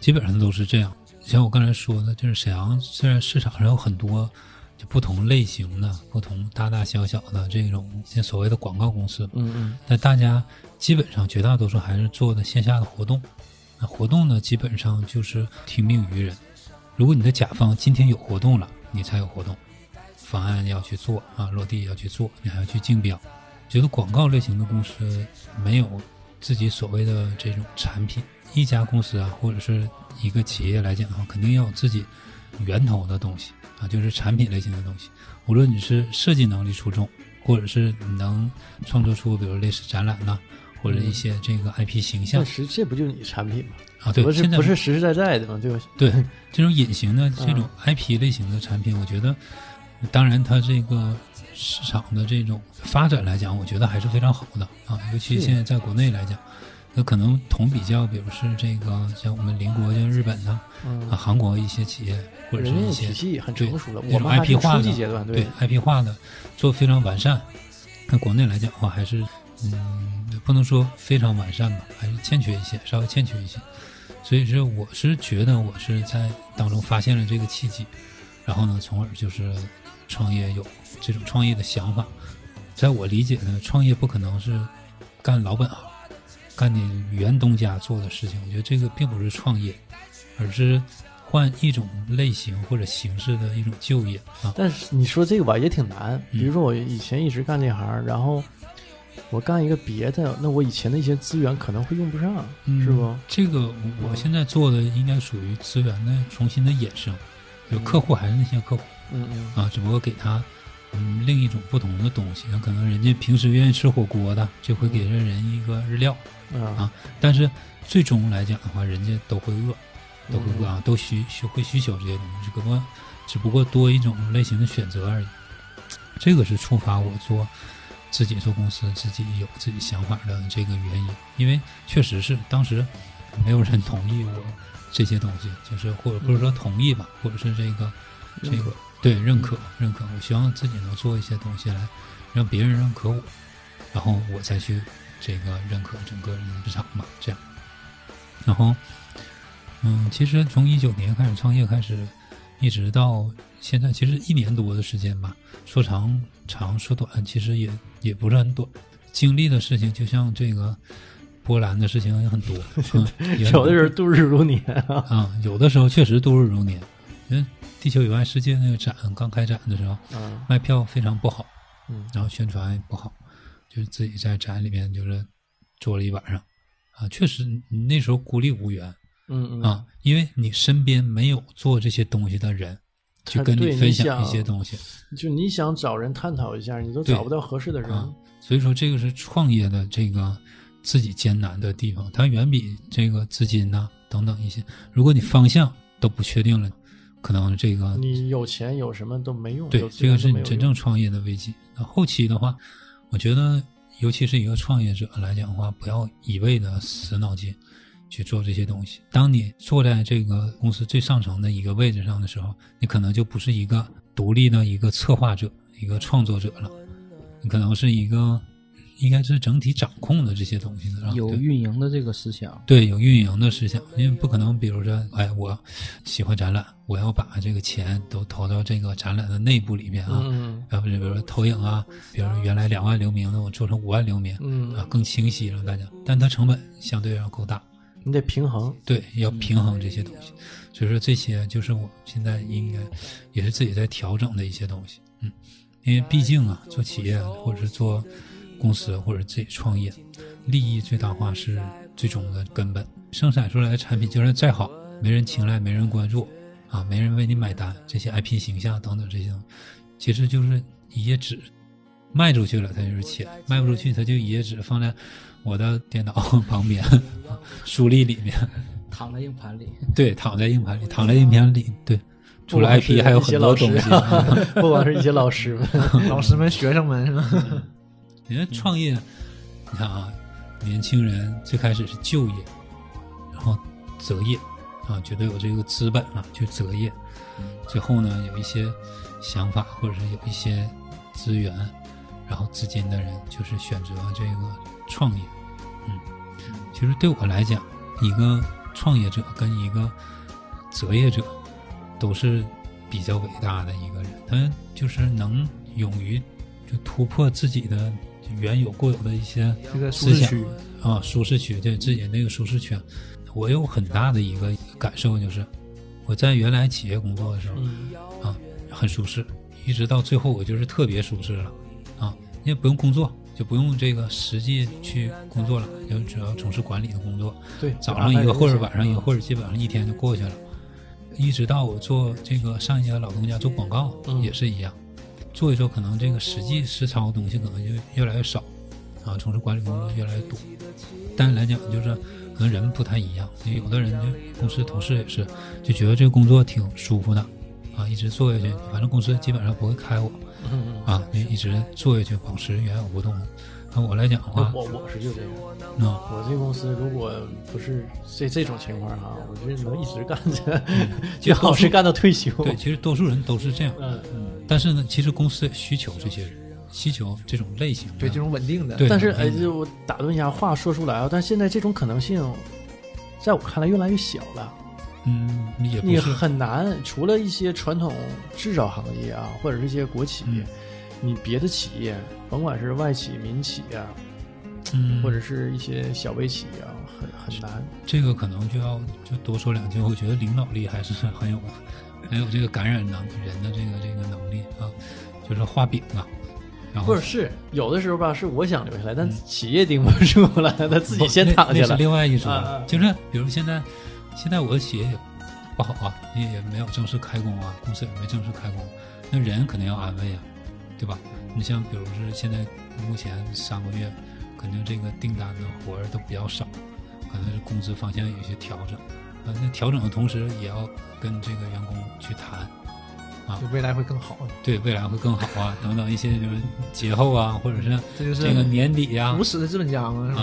S3: 基本上都是这样。像我刚才说的，就是沈阳虽然市场上有很多就不同类型的、不同大大小小的这种像所谓的广告公司，
S2: 嗯嗯，
S3: 但大家基本上绝大多数还是做的线下的活动。那活动呢，基本上就是听命于人。如果你的甲方今天有活动了，你才有活动，方案要去做啊，落地要去做，你还要去竞标。觉得广告类型的公司没有自己所谓的这种产品，一家公司啊，或者是一个企业来讲的话，肯定要有自己源头的东西啊，就是产品类型的东西。无论你是设计能力出众，或者是你能创作出比如类似展览呐、或者一些这个 IP 形象
S2: 但实这不就是你产品吗？
S3: 啊，对，
S2: 不是
S3: 现在
S2: 不是实实在在的吗？对吧？
S3: 对这种隐形的
S2: 嗯
S3: 这种 IP 类型的产品，我觉得，当然它这个市场的这种发展来讲，我觉得还是非常好的啊，尤其
S2: 是
S3: 现在在国内来讲，那可能同比较，比如是这个像我们邻国像日本呐、
S2: 嗯
S3: 啊、韩国一些企业或者是
S2: 人家有
S3: 一
S2: 体
S3: 些
S2: 系很
S3: 对
S2: 成熟了，
S3: 那
S2: 我
S3: 种
S2: 们还是
S3: IP 化
S2: 初
S3: 的
S2: 级阶段，
S3: 对 IP 化的做非常完善。那国内来讲的话，还是嗯，也不能说非常完善吧，还是欠缺一些，稍微欠缺一些。所以说，我是觉得我是在当中发现了这个契机，然后呢，从而就是创业有这种创业的想法。在我理解呢，创业不可能是干老本行，干你原东家做的事情。我觉得这个并不是创业，而是换一种类型或者形式的一种就业啊。
S2: 但是你说这个吧，也挺难。
S3: 嗯
S2: 比如说我以前一直干这行，然后我干一个别的，那我以前的一些资源可能会用不上，
S3: 嗯
S2: 是不？
S3: 这个我现在做的应该属于资源的重新的衍生，有客户还是那些客户
S2: 嗯嗯
S3: 啊，只不过给他嗯另一种不同的东西，可能人家平时愿意吃火锅的，这回给了人一个日料，
S2: 啊
S3: 啊但是最终来讲的话，人家都会饿，都会饿啊，都需需会需求这些东西，只不过只不过多一种类型的选择而已。这个是触发我做自己做公司、自己有自己想法的这个原因，因为确实是当时没有人同意我这些东西，就是或者不是说同意吧，或者是这个这个对认可认可，我希望自己能做一些东西来让别人认可我，然后我再去这个认可整个人市场嘛，这样。然后，嗯，其实从一九年开始创业开始，一直到现在，其实一年多的时间吧，说长长说短，其实也也不是很短。经历的事情就像这个波兰的事情也很 多， 嗯、也很
S2: 有
S3: 多
S2: 的人度日如年啊，
S3: 啊、有的时候确实度日如年。因为地球以外世界那个展刚开展的时候，
S2: 嗯
S3: 卖票非常不好，
S2: 嗯
S3: 然后宣传也不好，就是自己在展里面就是坐了一晚上，啊，确实你那时候孤立无援
S2: 嗯嗯
S3: 啊，因为你身边没有做这些东西的人去
S2: 他
S3: 跟
S2: 对
S3: 你
S2: 你
S3: 分享一
S2: 想
S3: 些东西，
S2: 就你想找人探讨一下，你都
S3: 对
S2: 找不到合适的人。
S3: 啊所以说这个是创业的这个自己艰难的地方，它远比这个资金呐、等等一些，如果你方向都不确定了，可能这个
S2: 你有钱有什么都没用，
S3: 对
S2: 有，资
S3: 这
S2: 源都
S3: 个是
S2: 没
S3: 你
S2: 有用
S3: 真正创业的危机。那后期的话，我觉得，尤其是一个创业者来讲的话，不要一味的死脑筋去做这些东西。当你坐在这个公司最上层的一个位置上的时候，你可能就不是一个独立的一个策划者、一个创作者了，你可能是一个应该是整体掌控的这些东西的，然后
S5: 啊有
S3: 对
S5: 运营的这个思想，
S3: 对，有运营的思想，因为不可能，比如说，哎，我喜欢展览，我要把这个钱都投到这个展览的内部里面啊，
S2: 嗯
S3: 然后比如说投影啊，比如说原来两万流明的，我做成五万流明，
S2: 嗯
S3: 啊，更清晰让大家，但它成本相对要够大，
S2: 你得平衡。
S3: 对，要
S2: 嗯
S3: 平衡这些东西，所以说这些就是我现在应该也是自己在调整的一些东西，嗯，因为毕竟啊，做企业或者是做公司或者自己创业，利益最大化是最终的根本，生产出来的产品就算再好，没人青睐，没人关注，啊，没人为你买单，这些 IP 形象等等这些东西，其实就是一页纸，卖出去了它就是钱，卖不出去它就一页纸放在我的电脑 旁边，啊书 立里面，
S5: 躺在硬盘里，
S3: 对，躺在硬盘里，躺在硬盘里，对，除了
S2: 光是
S3: IP 还有
S2: 一些
S3: 很多
S2: 老师
S3: 东西。啊
S2: 不光是一些老师们，
S4: 老师们、学生们是吧？
S3: 人家创业，你看啊，年轻人最开始是就业，然后择业，啊，觉得有这个资本啊，去择业，最后呢，有一些想法或者是有一些资源，然后资金的人就是选择这个创业。嗯，其实对我来讲，一个创业者跟一个择业者都是比较伟大的一个人，他就是能勇于就突破自己的原有固有的一些
S4: 这个舒
S3: 思
S4: 适
S3: 想
S4: 区，
S3: 啊，舒适区，对自己那个舒适圈。我有很大的一个感受就是，我在原来企业工作的时候，
S4: 嗯
S3: 啊，很舒适，一直到最后我就是特别舒适了，啊，你也不用工作，就不用这个实际去工作了，就只要从事管理的工作，
S2: 对，
S3: 早上一个或者晚上一个或者基本上一天就过去了。一直到我做这个上一家老东家做广告、
S2: 嗯
S3: 也是一样，做一做可能这个实际实操的东西可能就越来越少，啊，从事管理工作越来越多。但来讲就是可能人不太一样，有的人就公司同事也是就觉得这个工作挺舒服的，啊，一直做下去，反正公司基本上不会开我，
S2: 嗯
S3: 啊，你一直做下去，保持原有活动，按我来讲的话，啊
S2: 我我是就这样，
S3: 那、
S2: 我这公司如果不是这这种情况啊，我觉得能一直干着， 最好是干到退休。
S3: 嗯对，其实多数人都是这样。
S2: 嗯，
S3: 但是呢，其实公司需求这些人，需求这种类型的。
S4: 对这种稳定的，
S3: 对
S2: 但是
S3: 嗯
S2: 哎，就我打断一下，话说出来啊，但现在这种可能性，在我看来越来越小了。
S3: 嗯，也不
S2: 呃你
S3: 是
S2: 很难，除了一些传统制造行业啊，或者是一些国企，
S3: 嗯
S2: 你别的企业，甭管是外企、民企啊，
S3: 嗯，
S2: 或者是一些小微企啊，很很难。
S3: 这个可能就要就多说两句。我觉得领导力还是很有，很有这个感染能人的这个这个能力啊，就是画饼啊。然后
S2: 不是，是有的时候吧，是我想留下来，但企业顶不住了，他自己先躺
S3: 嗯
S2: 下
S3: 那那是
S2: 了。
S3: 另外一说，
S2: 啊啊
S3: 就是比如现在，现在我的企业也不好啊，也也没有正式开工啊，公司也没正式开工，那人肯定要安慰啊，对吧？你像比如是现在目前上个月，肯定这个订单的活儿都比较少，可能是工资方向有一些调整，啊，那调整的同时也要跟这个员工去谈，啊
S4: 就未来会更好。
S3: 对未来会更好啊，等等一些就是节后啊，或者是
S4: 这就是
S3: 这个年底啊呀、
S4: 无耻的资本家嘛，是吧？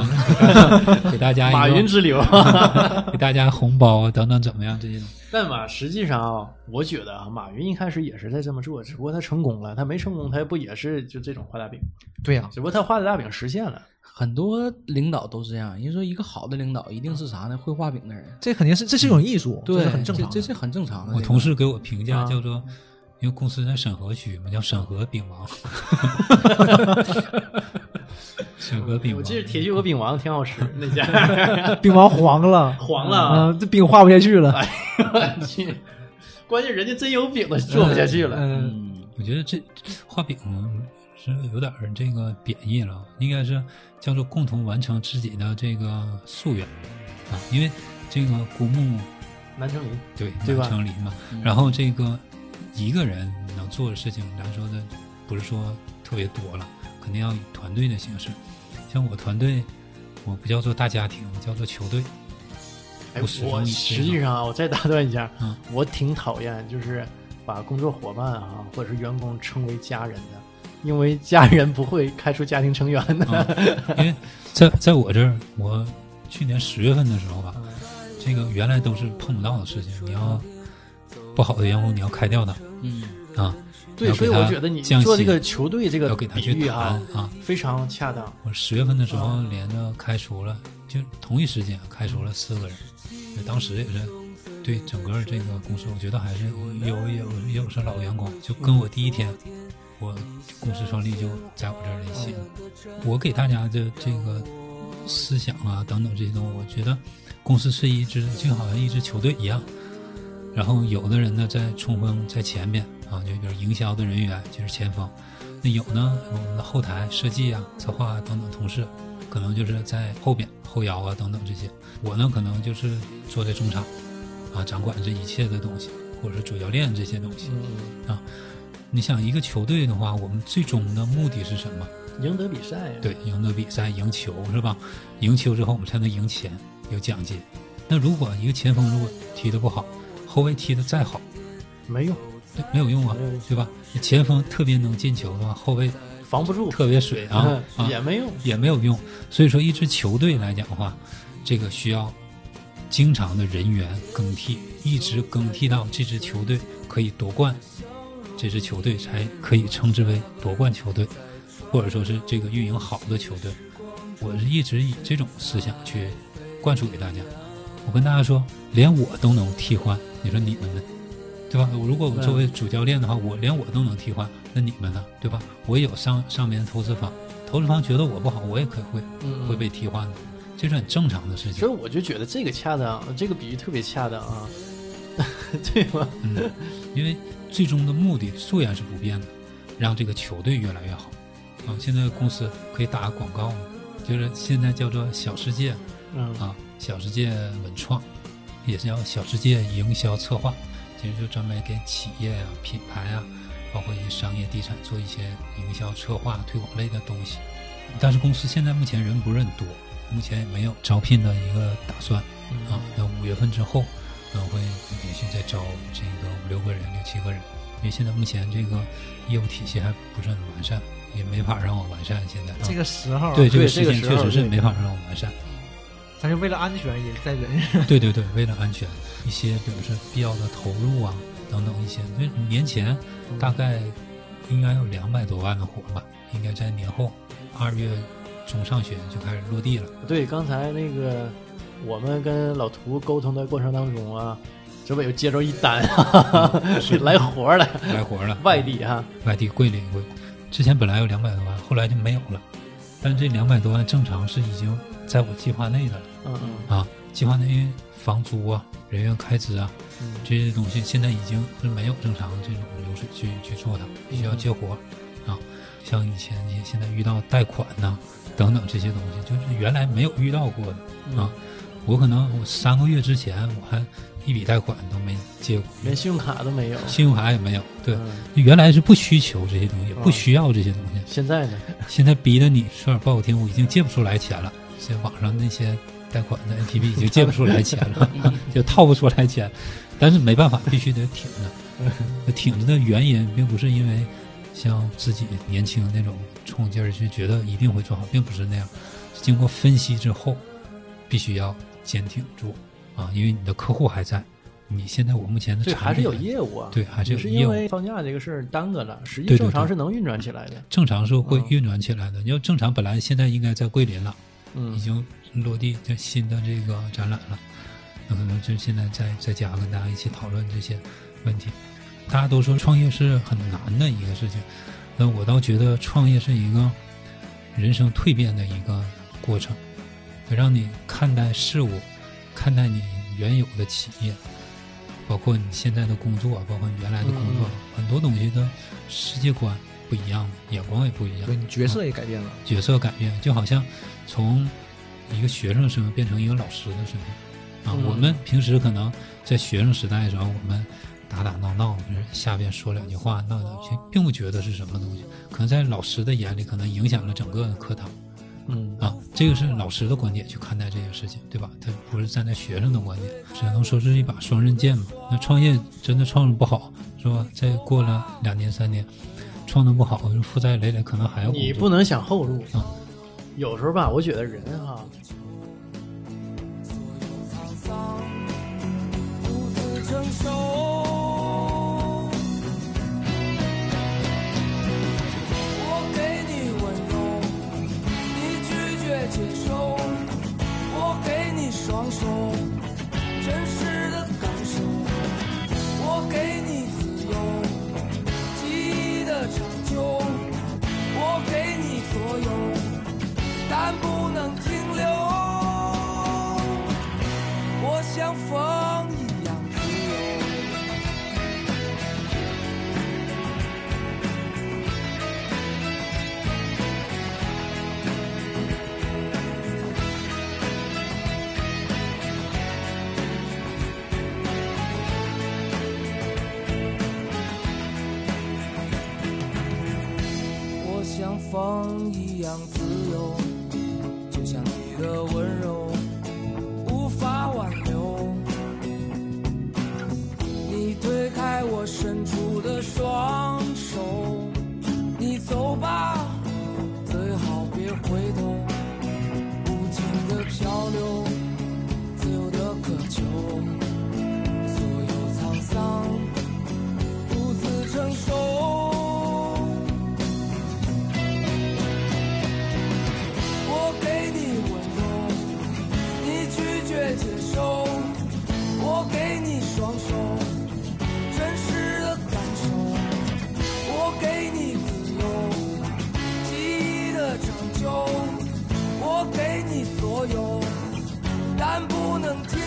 S3: 啊， 给大家一个
S2: 马云之流，
S3: 给大家红包啊等等怎么样这些东西。
S2: 但嘛，实际上啊，我觉得啊，马云一开始也是在这么做，只不过他成功了，他没成功，他不也是就这种画大饼？
S4: 对呀，
S2: 只不过他画的大饼实现了。
S5: 很多领导都是这样，人家说一个好的领导一定是啥呢？会画饼的人，
S4: 这肯定是这是一种艺术，这
S5: 对，
S4: 是很正常的。
S5: 这这是很正常的。
S3: 我
S5: 这个
S3: 同事给我评价
S2: 啊
S3: 叫做，因为公司在审核区嘛，叫审核饼王。 审核饼
S2: 我
S3: 王，
S2: 记得铁血鹅饼王挺好吃，那 家
S4: 饼王黄了，哎
S2: 黄了啊。
S4: 啊，这饼画不下去了，
S2: 我去，关键人家真有饼了，做不下去了。
S4: 嗯，
S5: 嗯，
S3: 我觉得这画饼是有点儿这个贬义了，应该是叫做共同完成自己的这个夙愿啊，因为这个古墓
S2: 南城林，
S3: 对
S2: 对吧嗯
S3: 南城里嘛。然后这个一个人能做的事情，咱说的不是说特别多了，肯定要以团队的形式。像我团队，我不叫做大家庭，我叫做球队。
S2: 哎
S3: 不是，
S2: 我
S3: 容易
S2: 实际上啊，我再打断一下，
S3: 嗯
S2: 我挺讨厌就是把工作伙伴啊，或者是员工称为家人的，因为家人不会开除家庭成员的。
S3: 啊，因为在在我这儿，我去年十月份的时候吧，这个原来都是碰不到的事情，你要不好的员工你要开掉他
S5: 嗯，
S3: 啊，
S2: 对，
S3: 要
S2: 所
S3: 给
S2: 以
S3: 他
S2: 我觉得你
S3: 降
S2: 做这
S3: 薪
S2: 个球队这个
S3: 要给他
S2: 比
S3: 去
S2: 喻
S3: 谈
S2: 啊，
S3: 啊。
S2: 非常恰当。
S3: 我十月份的时候连着开除了，就同一时间开除了四个人，当时也是对整个这个公司，我觉得还是有有有是老员工，就跟我第一天我公司创立就在我这儿联系，我给大家的这个思想啊等等这些东西，我觉得公司是一支就好像一支球队一样，然后有的人呢在冲锋在前面啊，就比如营销的人员就是前锋，那有呢我们的后台设计啊、策划啊等等同事，可能就是在后边后摇啊等等这些，我呢可能就是坐在中场啊，掌管这一切的东西，或者是主教练这些东西
S2: 嗯
S3: 啊。你想一个球队的话，我们最终的目的是什么？
S2: 赢得比赛呀，
S3: 对，赢得比赛，赢球是吧？赢球之后，我们才能赢钱，有奖金。那如果一个前锋如果踢得不好，后卫踢得再好，
S2: 没用，
S3: 那没有用啊
S2: 没有用，
S3: 对吧？你前锋特别能进球的话，后卫
S2: 防不住，
S3: 特别水啊
S2: 嗯
S3: 啊，
S2: 也没用。
S3: 也没有用。所以说，一支球队来讲的话，这个需要经常的人员更替，一直更替到这支球队可以夺冠，这支球队才可以称之为夺冠球队，或者说是这个运营好的球队。我是一直以这种思想去灌输给大家。我跟大家说，连我都能替换，你说你们呢？对吧？我如果我作为主教练的话，我连我都能替换，那你们呢？对吧？我也有上上面投资方，投资方觉得我不好，我也可会
S2: 嗯
S3: 会被替换的，这是很正常的事
S2: 其实
S3: 情。
S2: 我就觉得这个恰当，这个比喻特别恰当啊， 对吧？
S3: 嗯， 因为最终的目的夙愿是不变的，让这个球队越来越好。啊，现在公司可以打个广告嘛，就是现在叫做小世界
S2: 嗯
S3: 啊，小世界文创，也是叫小世界营销策划，其实就专门给企业啊、品牌啊，包括一些商业地产做一些营销策划、推广类的东西。但是公司现在目前人不是很多，目前也没有招聘的一个打算
S2: 嗯
S3: 呃啊。那五月份之后，可能会连续再招这个五六个人、六七个人因为现在目前这个业务体系还不是很完善，也没法让我完善。现在
S4: 这
S3: 个
S4: 个时候，
S3: 对这
S2: 对
S3: 个
S2: 这
S3: 事
S2: 个
S3: 情
S2: 时
S3: 确
S2: 候
S3: 实是
S2: 对
S3: 没法让我完善。
S4: 咱就为了安全也在忍让。
S3: 对对对，为了安全，一些比如说必要的投入啊等等一些，因为年前大概应该有两百多万的活吧，应该在年后二月中上旬就开始落 地了。
S2: 对，刚才那个我们跟老涂沟通的过程当中啊，哲伟又接着一单，啊
S3: 嗯
S2: 来活儿了，
S3: 来活了，嗯
S2: 外地啊哈、
S3: 外地桂林桂，之前本来有两百多万，后来就没有了。但这两百多万正常是已经在我计划内的了
S2: 嗯嗯
S3: 啊，计划内房租啊、人员开支啊
S2: 嗯
S3: 这些东西，现在已经是没有正常这种流水去去做的，必
S2: 嗯
S3: 须要接活啊。像以前也现在遇到贷款呐、等等这些东西，就是原来没有遇到过
S2: 嗯
S3: 的啊。我可能我三个月之前我还一笔贷款都没接过，
S2: 连信用卡都没有。
S3: 信用卡也没有，对。
S2: 嗯
S3: 原来是不需求这些东西，也不需要这些东西。
S2: 现在呢？
S3: 现在逼得你说点不好听，我已经借不出来钱了。现在网上那些贷款的 APP 已经借不出来钱 了，就套不出来钱。但是没办法，必须得挺着。挺着的原因并不是因为像自己年轻那种冲劲儿去觉得一定会做好，并不是那样。是经过分析之后，必须要坚挺住啊，因为你的客户还在，你现在我目前的
S2: 对，
S3: 产
S2: 还
S3: 品
S2: 是有业务啊。
S3: 对还是有
S2: 你是
S3: 业
S2: 因
S3: 务
S2: 为放假这个事儿耽搁了，实际
S3: 对对
S2: 正常
S3: 对
S2: 是能运转起来的。
S3: 正常是会运转起来的。你要正常，本来现在应该在桂林了，已
S2: 嗯
S3: 经落地这新的这个展览了，那可能就现在在在家跟大家一起讨论这些问题。大家都说创业是很难的一个事情，那我倒觉得创业是一个人生蜕变的一个过程，它让你看待事物，看待你原有的企业，包括你现在的工作，包括你原来的工作，
S4: 嗯
S3: 很多东西的世界观不一样，眼光也不一样
S4: 对，。你角色也改变了，
S3: 角色改变，就好像从一个学生身份变成一个老师的身份啊。
S2: 嗯
S3: 我们平时可能在学生时代的时候，我们打打闹闹，就是下边说两句话闹两句，并不觉得是什么东西。可能在老师的眼里，可能影响了整个课堂
S2: 嗯，
S3: 啊。这个是老师的观点去看待这件事情，对吧？他不是站在学生的观点，只能说是一把双刃剑嘛。那创业真的创的不好，是吧？再过了两年三年，创的不好，就负债累累，可能还要工
S2: 你
S3: 作
S2: 不能想后路
S4: 嗯
S3: 啊。
S2: 有时候吧，我觉得人哈、
S1: 独自承受。我给你温柔，你拒绝接受。我给你双手，真实的感受。我给你自由，记忆的长久。我给你所有，但不能停留。我像风一样自由。我像风一样自由，就像你的温柔，无法挽留。你推开我伸出的双手，你走吧，最好别回头。无尽的漂流，自由的渴求，所有沧桑独自承受。我给你温柔，你拒绝接受，我给你双手，真实的感受，我给你自由，记忆的长久，我给你所有，但不能停